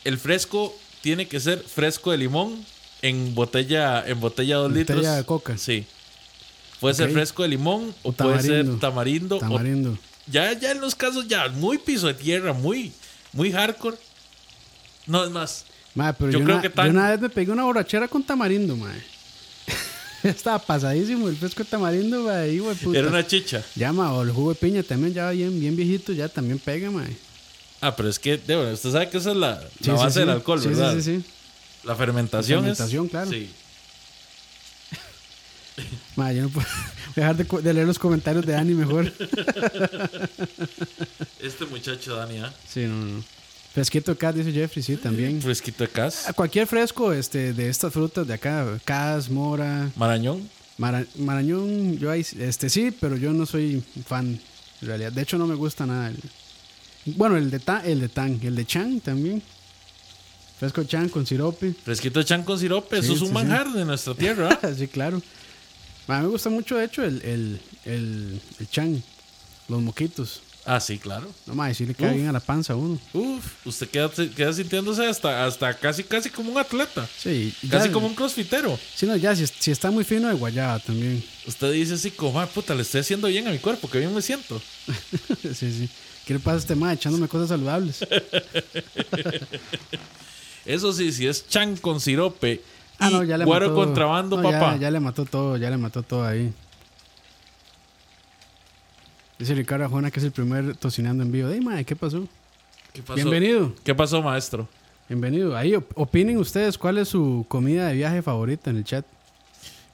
[SPEAKER 2] El fresco tiene que ser fresco de limón en botella en botella de dos
[SPEAKER 3] Botella
[SPEAKER 2] litros.
[SPEAKER 3] de coca.
[SPEAKER 2] Sí. Puede
[SPEAKER 3] Ok.
[SPEAKER 2] ser fresco de limón o,
[SPEAKER 3] O
[SPEAKER 2] puede ser
[SPEAKER 3] tamarindo.
[SPEAKER 2] tamarindo. o-
[SPEAKER 3] Tamarindo.
[SPEAKER 2] ya, ya en los casos ya muy piso de tierra, muy, muy hardcore. No es más.
[SPEAKER 3] Mae, pero
[SPEAKER 2] Yo
[SPEAKER 3] yo,
[SPEAKER 2] creo
[SPEAKER 3] una,
[SPEAKER 2] que tan-
[SPEAKER 3] yo una vez me pegué una borrachera con tamarindo, mae. <laughs> Estaba pasadísimo el fresco de tamarindo, mae. y, güey, puta.
[SPEAKER 2] Era una chicha.
[SPEAKER 3] Ya, mae, o el jugo de piña también, ya bien, bien viejito, ya también pega, mae.
[SPEAKER 2] Ah, pero es que, de verdad, usted sabe que esa es la,
[SPEAKER 3] Sí,
[SPEAKER 2] la
[SPEAKER 3] sí,
[SPEAKER 2] base
[SPEAKER 3] sí.
[SPEAKER 2] del alcohol,
[SPEAKER 3] Sí,
[SPEAKER 2] ¿verdad?
[SPEAKER 3] Sí, sí, sí.
[SPEAKER 2] La fermentación.
[SPEAKER 3] La
[SPEAKER 2] es-
[SPEAKER 3] fermentación, claro.
[SPEAKER 2] Sí.
[SPEAKER 3] Mae, yo no puedo <laughs> dejar de, co- de leer los comentarios de Dani mejor.
[SPEAKER 2] Este muchacho, Dani, ¿ah?
[SPEAKER 3] Sí, no, no. no. Fresquito de cas, dice Jeffrey, sí, también.
[SPEAKER 2] Fresquito de cas.
[SPEAKER 3] Ah, Cualquier fresco este, de estas frutas de acá, cas, mora,
[SPEAKER 2] Marañón.
[SPEAKER 3] mara- marañón, yo ahí, este sí, pero yo no soy fan, en realidad. De hecho, no me gusta nada. el- bueno, el de, ta- el de tan, el de chan también. Fresco de chan con sirope.
[SPEAKER 2] Fresquito de chan con sirope. Eso
[SPEAKER 3] Sí,
[SPEAKER 2] es un
[SPEAKER 3] sí, sí.
[SPEAKER 2] manjar de nuestra tierra.
[SPEAKER 3] <laughs>
[SPEAKER 2] ¿ah?
[SPEAKER 3] sí, claro. A mí me gusta mucho, de hecho, el, el, el, el chan, los moquitos.
[SPEAKER 2] Ah, sí, claro.
[SPEAKER 3] No más, sí le cae
[SPEAKER 2] Uf.
[SPEAKER 3] bien a la panza a uno.
[SPEAKER 2] Uf, usted queda, queda sintiéndose hasta, hasta casi, casi como un atleta.
[SPEAKER 3] Sí, y
[SPEAKER 2] Casi
[SPEAKER 3] ya-
[SPEAKER 2] como un crossfitero.
[SPEAKER 3] Sí, no, ya, si, si está muy fino de guayaba también. <laughs>
[SPEAKER 2] Usted dice así como, ah, puta, le estoy haciendo bien a mi cuerpo, que bien me siento.
[SPEAKER 3] sí, sí. ¿Qué le pasa a este ma echándome cosas saludables?
[SPEAKER 2] Eso sí, si es chan con sirope.
[SPEAKER 3] Ah,
[SPEAKER 2] y
[SPEAKER 3] no, ya le
[SPEAKER 2] guaro
[SPEAKER 3] mató.
[SPEAKER 2] contrabando,
[SPEAKER 3] no, ya-
[SPEAKER 2] papá.
[SPEAKER 3] Ya, le mató todo, ya le mató todo ahí. Dice Ricardo Arjona que es el primer tocineando en vivo. Ey, ma, ¿qué pasó?
[SPEAKER 2] ¿Qué pasó?
[SPEAKER 3] Bienvenido,
[SPEAKER 2] ¿Qué pasó, maestro?
[SPEAKER 3] bienvenido. Ahí op- opinen ustedes cuál es su comida de viaje favorita en el chat.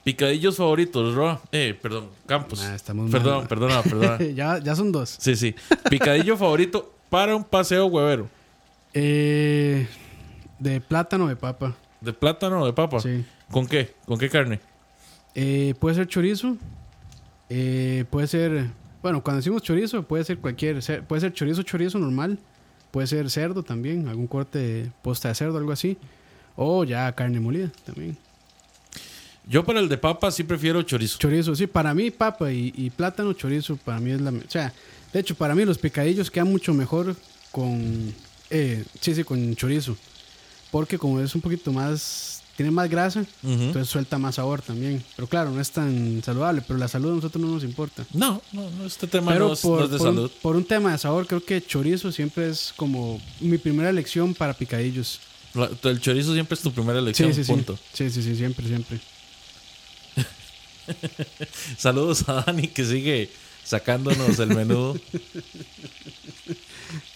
[SPEAKER 2] Picadillos favoritos, Roa. Eh, perdón, Campos.
[SPEAKER 3] Nah, Ah, estamos mal,
[SPEAKER 2] perdón,
[SPEAKER 3] ma.
[SPEAKER 2] perdona,
[SPEAKER 3] <laughs>
[SPEAKER 2] perdona.
[SPEAKER 3] ya, ya son dos.
[SPEAKER 2] Sí, sí.
[SPEAKER 3] <laughs>
[SPEAKER 2] Picadillo favorito para un paseo huevero.
[SPEAKER 3] Eh, de plátano de papa.
[SPEAKER 2] ¿De plátano o de papa?
[SPEAKER 3] Sí.
[SPEAKER 2] ¿Con qué? ¿Con qué carne?
[SPEAKER 3] Eh, puede ser chorizo. eh, puede ser. Bueno, cuando decimos chorizo, puede ser cualquier. cer- Puede ser chorizo, chorizo normal. Puede ser cerdo también. Algún corte de posta de cerdo, algo así. O ya carne molida también.
[SPEAKER 2] Yo para el de papa sí prefiero chorizo.
[SPEAKER 3] Chorizo, sí, para mí papa y, y plátano chorizo, para mí es la. me- O sea, de hecho, para mí los picadillos quedan mucho mejor con. eh, sí, sí, con chorizo. Porque como es un poquito más. Tiene más grasa, entonces suelta más sabor también. Pero claro, no es tan saludable, pero la salud a nosotros no nos importa.
[SPEAKER 2] No, no, no, este tema
[SPEAKER 3] Pero
[SPEAKER 2] no, es,
[SPEAKER 3] por,
[SPEAKER 2] no es de
[SPEAKER 3] por un-
[SPEAKER 2] salud.
[SPEAKER 3] por un tema de sabor, creo que chorizo siempre es como mi primera elección para picadillos.
[SPEAKER 2] La- El chorizo siempre es tu primera elección,
[SPEAKER 3] sí, sí,
[SPEAKER 2] punto.
[SPEAKER 3] sí. Sí, sí, sí, siempre, siempre.
[SPEAKER 2] Saludos a Dani que sigue sacándonos el menudo.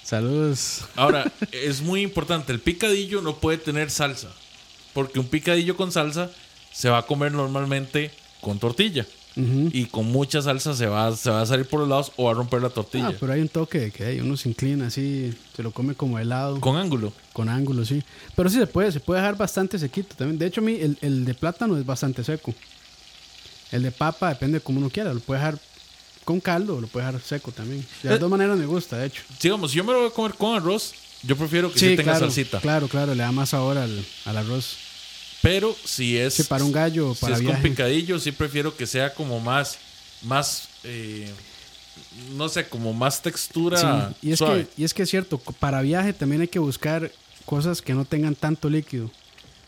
[SPEAKER 3] Saludos.
[SPEAKER 2] Ahora, es muy importante, el picadillo no puede tener salsa, porque un picadillo con salsa se va a comer normalmente con tortilla.
[SPEAKER 3] Ujú.
[SPEAKER 2] Y con mucha salsa se va, se va a salir por los lados o va a romper la tortilla.
[SPEAKER 3] Ah, pero hay un toque de que hay, uno se inclina así, se lo come como helado, con,
[SPEAKER 2] Con ángulo.
[SPEAKER 3] ángulo, sí. Pero sí se puede, se puede dejar bastante sequito también. De hecho, a mí el, el de plátano es bastante seco. El de papa depende de cómo uno quiera, lo puede dejar con caldo o lo puede dejar seco también. De
[SPEAKER 2] Eh.
[SPEAKER 3] las dos maneras me gusta, de hecho.
[SPEAKER 2] Digamos, si yo me lo voy a comer con arroz, yo prefiero que sí, tenga
[SPEAKER 3] claro,
[SPEAKER 2] salsita.
[SPEAKER 3] claro, claro, le da más sabor al, al arroz.
[SPEAKER 2] Pero si es.
[SPEAKER 3] Sí, para un gallo o para
[SPEAKER 2] si es
[SPEAKER 3] viaje.
[SPEAKER 2] con picadillo, sí prefiero que sea como más. Más. eh, no sé, como más textura.
[SPEAKER 3] Sí, y, es
[SPEAKER 2] Ah, suave.
[SPEAKER 3] que, y es que es cierto, co- para viaje también hay que buscar cosas que no tengan tanto líquido.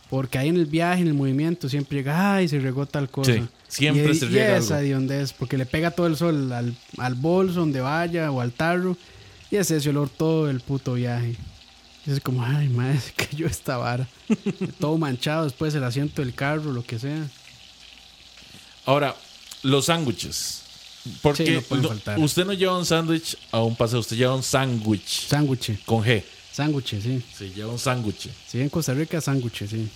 [SPEAKER 3] Porque ahí en el viaje, en el movimiento, siempre llega, ay, se regó tal cosa.
[SPEAKER 2] Sí, siempre
[SPEAKER 3] Y-
[SPEAKER 2] se
[SPEAKER 3] y
[SPEAKER 2] riega
[SPEAKER 3] esa
[SPEAKER 2] algo.
[SPEAKER 3] de dónde es, porque le pega todo el sol al, al bolso donde vaya o al tarro. Y es ese olor todo el puto viaje. Y es como, ay, madre, <laughs> se cayó esta vara. <laughs> todo manchado, después el asiento del carro, lo que sea.
[SPEAKER 2] Ahora, los sándwiches. Porque
[SPEAKER 3] Sí, no pueden
[SPEAKER 2] no-
[SPEAKER 3] faltar.
[SPEAKER 2] usted no lleva un sándwich a un paseo, usted lleva un sándwich
[SPEAKER 3] Sándwich,
[SPEAKER 2] con G.
[SPEAKER 3] sándwich, sí.
[SPEAKER 2] Sí, lleva un sándwich.
[SPEAKER 3] Sí, en Costa Rica, sándwich, sí.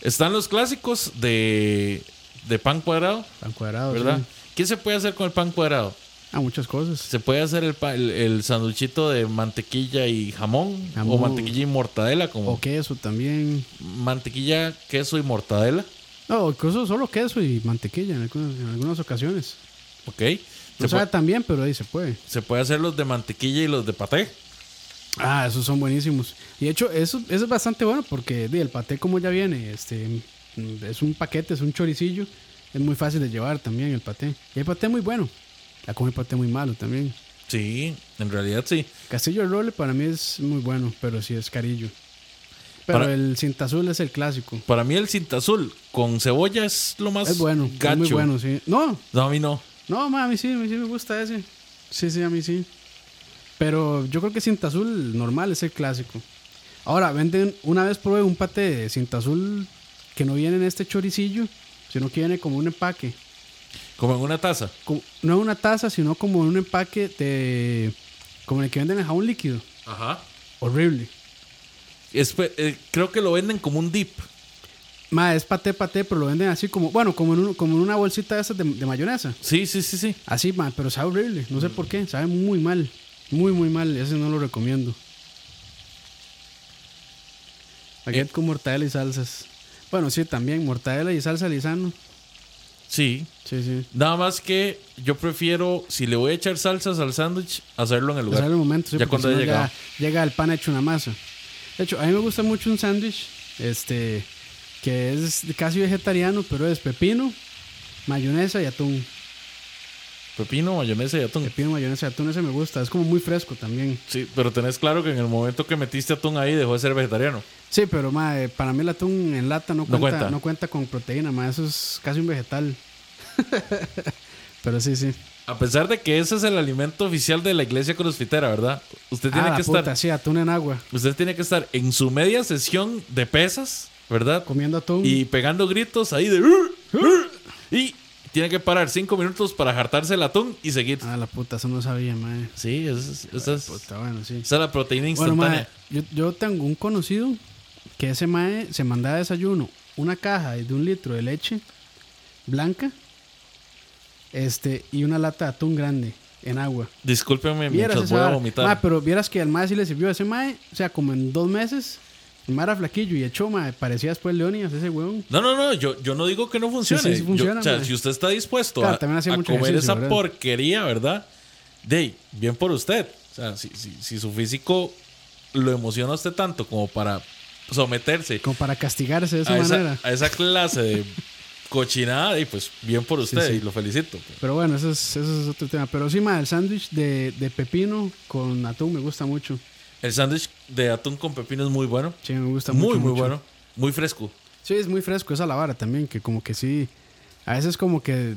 [SPEAKER 2] Están los clásicos de, de pan cuadrado,
[SPEAKER 3] Tan cuadrado,
[SPEAKER 2] ¿verdad?
[SPEAKER 3] Ah, sí.
[SPEAKER 2] ¿Qué se puede hacer con el pan cuadrado?
[SPEAKER 3] a muchas cosas.
[SPEAKER 2] Se puede hacer el, pa- el, el sanduchito de mantequilla y jamón, o
[SPEAKER 3] Jamón.
[SPEAKER 2] mantequilla y mortadela, como
[SPEAKER 3] O queso también.
[SPEAKER 2] mantequilla, queso y mortadela.
[SPEAKER 3] No, incluso solo queso y mantequilla en algunas, en algunas ocasiones.
[SPEAKER 2] Ok.
[SPEAKER 3] No
[SPEAKER 2] Se,
[SPEAKER 3] sabe
[SPEAKER 2] pu-
[SPEAKER 3] tan bien, pero ahí se puede.
[SPEAKER 2] se puede hacer los de mantequilla y los de paté.
[SPEAKER 3] Ah, esos son buenísimos. Y de hecho, eso, eso es bastante bueno porque di, el paté como ya viene, este, mm, es un paquete, es un choricillo. Es muy fácil de llevar también el paté. Y el paté muy bueno. La come paté muy malo también.
[SPEAKER 2] Sí, en realidad sí.
[SPEAKER 3] Castillo del Roble para mí es muy bueno, pero sí es carillo. Pero
[SPEAKER 2] Para-
[SPEAKER 3] el cinta azul es el clásico.
[SPEAKER 2] Para mí el cinta azul con cebolla es lo más
[SPEAKER 3] Es bueno,
[SPEAKER 2] gacho.
[SPEAKER 3] es muy bueno, sí. No,
[SPEAKER 2] No, a mí no.
[SPEAKER 3] no, ma, a mí sí, a mí sí me gusta ese. Sí, sí, a mí sí. Pero yo creo que cinta azul normal es el clásico. Ahora, venden, una vez probé un pate de cinta azul que no viene en este choricillo, sino que viene como un empaque.
[SPEAKER 2] Como en una taza.
[SPEAKER 3] Como- no en una taza, sino como en un empaque de... como el que venden en jabón líquido.
[SPEAKER 2] Ajá.
[SPEAKER 3] Horrible.
[SPEAKER 2] eh, creo que lo venden como un dip.
[SPEAKER 3] Ma, es paté, paté, pero lo venden así como, bueno, como en, un- como en una bolsita de esas de, de mayonesa.
[SPEAKER 2] Sí, sí, sí, sí.
[SPEAKER 3] Así, ma, pero sabe horrible. No sé por qué. Sabe muy mal. Muy, muy mal. Ese no lo recomiendo.
[SPEAKER 2] Eh.
[SPEAKER 3] Baguette con mortadela y salsas. Bueno, sí, también. Mortadela y salsa lisano.
[SPEAKER 2] Sí.
[SPEAKER 3] Sí, sí.
[SPEAKER 2] Nada más que yo prefiero, si le voy a echar salsas al sándwich, hacerlo en el
[SPEAKER 3] Pues
[SPEAKER 2] lugar.
[SPEAKER 3] sale el momento. sí,
[SPEAKER 2] ya
[SPEAKER 3] porque
[SPEAKER 2] cuando
[SPEAKER 3] si
[SPEAKER 2] haya
[SPEAKER 3] no
[SPEAKER 2] llegado.
[SPEAKER 3] llega el pan hecho una masa. De hecho, a mí me gusta mucho un sándwich. Este. Que es casi vegetariano, pero es pepino, mayonesa y atún.
[SPEAKER 2] Pepino, mayonesa y atún.
[SPEAKER 3] Pepino, mayonesa y atún. Ese me gusta. Es como muy fresco también.
[SPEAKER 2] Sí, pero tenés claro que en el momento que metiste atún ahí dejó de ser vegetariano.
[SPEAKER 3] Sí, pero ma, eh, para mí el atún en lata no cuenta, no
[SPEAKER 2] cuenta.
[SPEAKER 3] cuenta. con proteína, ma, eso es casi un vegetal. <laughs> pero sí, sí.
[SPEAKER 2] A pesar de que ese es el alimento oficial de la iglesia cruzfitera, ¿verdad? Usted tiene
[SPEAKER 3] Ah, la
[SPEAKER 2] que
[SPEAKER 3] puta,
[SPEAKER 2] estar,
[SPEAKER 3] sí, atún en agua,
[SPEAKER 2] usted tiene que estar en su media sesión de pesas, ¿verdad?
[SPEAKER 3] comiendo atún.
[SPEAKER 2] Y pegando gritos ahí de y tiene que parar cinco minutos para jartarse el atún y seguir.
[SPEAKER 3] Ah, la puta, eso no sabía, ma. eh.
[SPEAKER 2] Sí, esa es, esa es-
[SPEAKER 3] Puta, bueno, sí.
[SPEAKER 2] esa es la proteína
[SPEAKER 3] Bueno, ma,
[SPEAKER 2] instantánea.
[SPEAKER 3] yo, yo tengo un conocido que ese mae se manda a desayuno una caja de un litro de leche blanca este, y una lata de atún grande en agua.
[SPEAKER 2] Discúlpeme
[SPEAKER 3] Vieras
[SPEAKER 2] mientras
[SPEAKER 3] esa
[SPEAKER 2] voy a
[SPEAKER 3] vara.
[SPEAKER 2] vomitar.
[SPEAKER 3] Ma, pero vieras que el mae sí le sirvió a ese mae. O sea, como en dos meses, el mae era flaquillo y echó, mae. Parecía después Leonidas, ese huevón.
[SPEAKER 2] No, no, no, yo, yo no digo que no funcione.
[SPEAKER 3] Sí, sí, sí
[SPEAKER 2] Yo-
[SPEAKER 3] funciona,
[SPEAKER 2] o sea,
[SPEAKER 3] mae.
[SPEAKER 2] si usted está dispuesto
[SPEAKER 3] Claro,
[SPEAKER 2] a,
[SPEAKER 3] también hace
[SPEAKER 2] a
[SPEAKER 3] mucho
[SPEAKER 2] comer
[SPEAKER 3] ejercicio,
[SPEAKER 2] esa
[SPEAKER 3] ¿verdad?
[SPEAKER 2] porquería, ¿verdad? Dey, bien por usted. O sea, si, si, si su físico lo emociona a usted tanto como para someterse
[SPEAKER 3] Como para castigarse de esa
[SPEAKER 2] a
[SPEAKER 3] manera.
[SPEAKER 2] Ah, esa, a esa clase
[SPEAKER 3] <laughs>
[SPEAKER 2] de cochinada, y pues bien por usted,
[SPEAKER 3] sí.
[SPEAKER 2] y lo felicito. pues.
[SPEAKER 3] Pero bueno, eso es, eso es otro tema. Pero sí, mae, el sándwich de, de pepino con atún me gusta mucho.
[SPEAKER 2] El sándwich de atún con pepino es muy bueno.
[SPEAKER 3] Sí, me gusta
[SPEAKER 2] muy,
[SPEAKER 3] mucho.
[SPEAKER 2] muy
[SPEAKER 3] mucho.
[SPEAKER 2] bueno. Muy fresco.
[SPEAKER 3] Sí, es muy fresco esa la vara también, que como que sí. A veces como que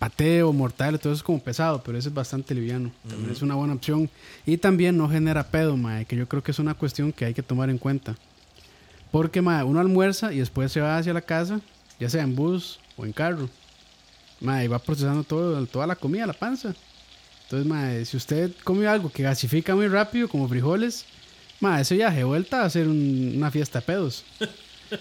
[SPEAKER 3] pateo, mortal, todo eso es como pesado, pero ese es bastante liviano. También es una buena opción. Y también no genera pedo, mae, que yo creo que es una cuestión que hay que tomar en cuenta. Porque, mae, uno almuerza y después se va hacia la casa, ya sea en bus o en carro. Mae, y va procesando todo, toda la comida, la panza. Entonces, mae, si usted come algo que gasifica muy rápido, como frijoles, mae, ese viaje de vuelta va a ser un- una fiesta de pedos.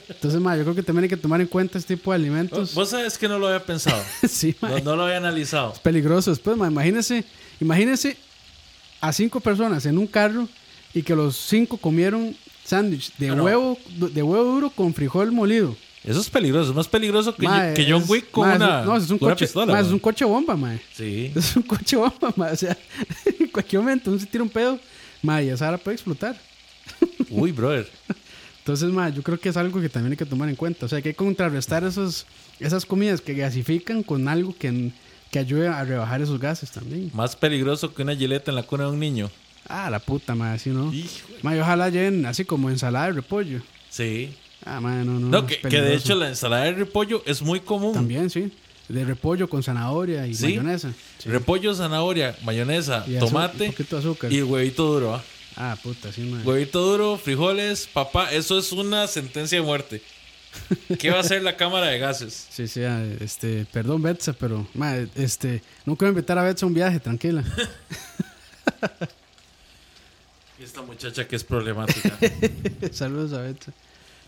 [SPEAKER 3] Entonces, mae, yo creo que también hay que tomar en cuenta este tipo de alimentos.
[SPEAKER 2] Vos sabés que no lo había pensado.
[SPEAKER 3] <laughs> sí, mae
[SPEAKER 2] no, no lo había analizado.
[SPEAKER 3] peligroso después, ma, imagínese, imagínese a cinco personas en un carro y que los cinco comieron sándwich de
[SPEAKER 2] Ah, no.
[SPEAKER 3] huevo de huevo duro con frijol molido.
[SPEAKER 2] Eso es peligroso. Es más peligroso que,
[SPEAKER 3] Ma,
[SPEAKER 2] que John
[SPEAKER 3] es-
[SPEAKER 2] Wick con
[SPEAKER 3] ma, es un-
[SPEAKER 2] una,
[SPEAKER 3] no, es un
[SPEAKER 2] con una
[SPEAKER 3] coche,
[SPEAKER 2] pistola.
[SPEAKER 3] ma, es
[SPEAKER 2] weón.
[SPEAKER 3] un coche bomba, ma.
[SPEAKER 2] Sí.
[SPEAKER 3] Es un <laughs> coche bomba, ma, o sea, <laughs> en cualquier momento uno se tira un pedo, ma, y esa hora puede explotar.
[SPEAKER 2] Uy, brother.
[SPEAKER 3] Entonces, ma, yo creo que es algo que también hay que tomar en cuenta, o sea, que hay que contrarrestar esos esas comidas que gasifican con algo que que ayude a rebajar esos gases también.
[SPEAKER 2] Más peligroso que una gileta en la cuna de un niño.
[SPEAKER 3] Ah, la puta, ma, así no.
[SPEAKER 2] Hijo.
[SPEAKER 3] Mae, ojalá lleven así como ensalada de repollo.
[SPEAKER 2] Sí.
[SPEAKER 3] Ah, mae, no, no.
[SPEAKER 2] No,
[SPEAKER 3] es
[SPEAKER 2] que, que de
[SPEAKER 3] peligroso.
[SPEAKER 2] hecho la ensalada de repollo es muy común.
[SPEAKER 3] También, sí. De repollo con zanahoria y
[SPEAKER 2] Sí.
[SPEAKER 3] mayonesa. Sí.
[SPEAKER 2] Repollo, zanahoria, mayonesa,
[SPEAKER 3] Y azu-
[SPEAKER 2] tomate
[SPEAKER 3] y poquito de azúcar.
[SPEAKER 2] y el huevito duro. ¿ah?
[SPEAKER 3] Ah, puta, sí, mae.
[SPEAKER 2] Huevito duro, frijoles, papá. Eso es una sentencia de muerte. ¿Qué va a hacer la cámara de gases?
[SPEAKER 3] Sí, sí, ah, este, perdón, Betsa, pero, mae, este, no quiero invitar a Betsa a un viaje, tranquila. <laughs>
[SPEAKER 2] Esta muchacha que es problemática.
[SPEAKER 3] <laughs> Saludos a Betsa.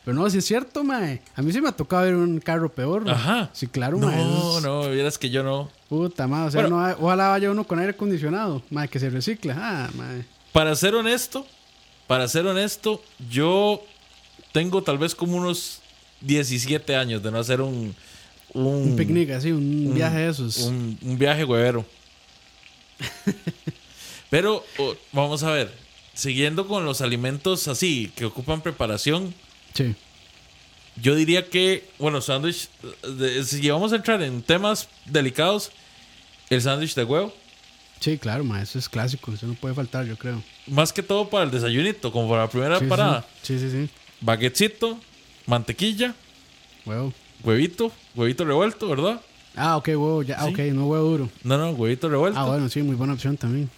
[SPEAKER 3] Pero no, si es cierto, mae. A mí sí me ha tocado ver un carro peor. mae.
[SPEAKER 2] Ajá.
[SPEAKER 3] Sí, claro, mae.
[SPEAKER 2] No,
[SPEAKER 3] Eso es-
[SPEAKER 2] no, vieras que yo no.
[SPEAKER 3] Puta, mae. O sea,
[SPEAKER 2] Bueno.
[SPEAKER 3] no hay- ojalá vaya uno con aire acondicionado. Mae, que se recicla. Ah, mae.
[SPEAKER 2] Para ser honesto, para ser honesto, yo tengo tal vez como unos 17 años de no hacer un... Un,
[SPEAKER 3] Un picnic así, un,
[SPEAKER 2] un-
[SPEAKER 3] viaje de esos.
[SPEAKER 2] Mm. Un, un viaje huevero. Pero o- vamos a ver, siguiendo con los alimentos así que ocupan preparación,
[SPEAKER 3] Sí.
[SPEAKER 2] yo diría que, bueno, sándwich, eh, de- si vamos a entrar en temas delicados, el sándwich de huevo,
[SPEAKER 3] Sí, claro, mae. Eso es clásico. Eso no puede faltar, yo creo.
[SPEAKER 2] más que todo para el desayunito, como para la primera
[SPEAKER 3] Sí, sí,
[SPEAKER 2] parada,
[SPEAKER 3] Sí, sí, sí.
[SPEAKER 2] baguetcito, mantequilla,
[SPEAKER 3] Huevo.
[SPEAKER 2] huevito, huevito revuelto, ¿verdad?
[SPEAKER 3] Ah, ok, huevo. Ya, ah,
[SPEAKER 2] Sí.
[SPEAKER 3] ok, no huevo duro.
[SPEAKER 2] No, no, huevito revuelto.
[SPEAKER 3] Ah, bueno, sí, muy buena opción también.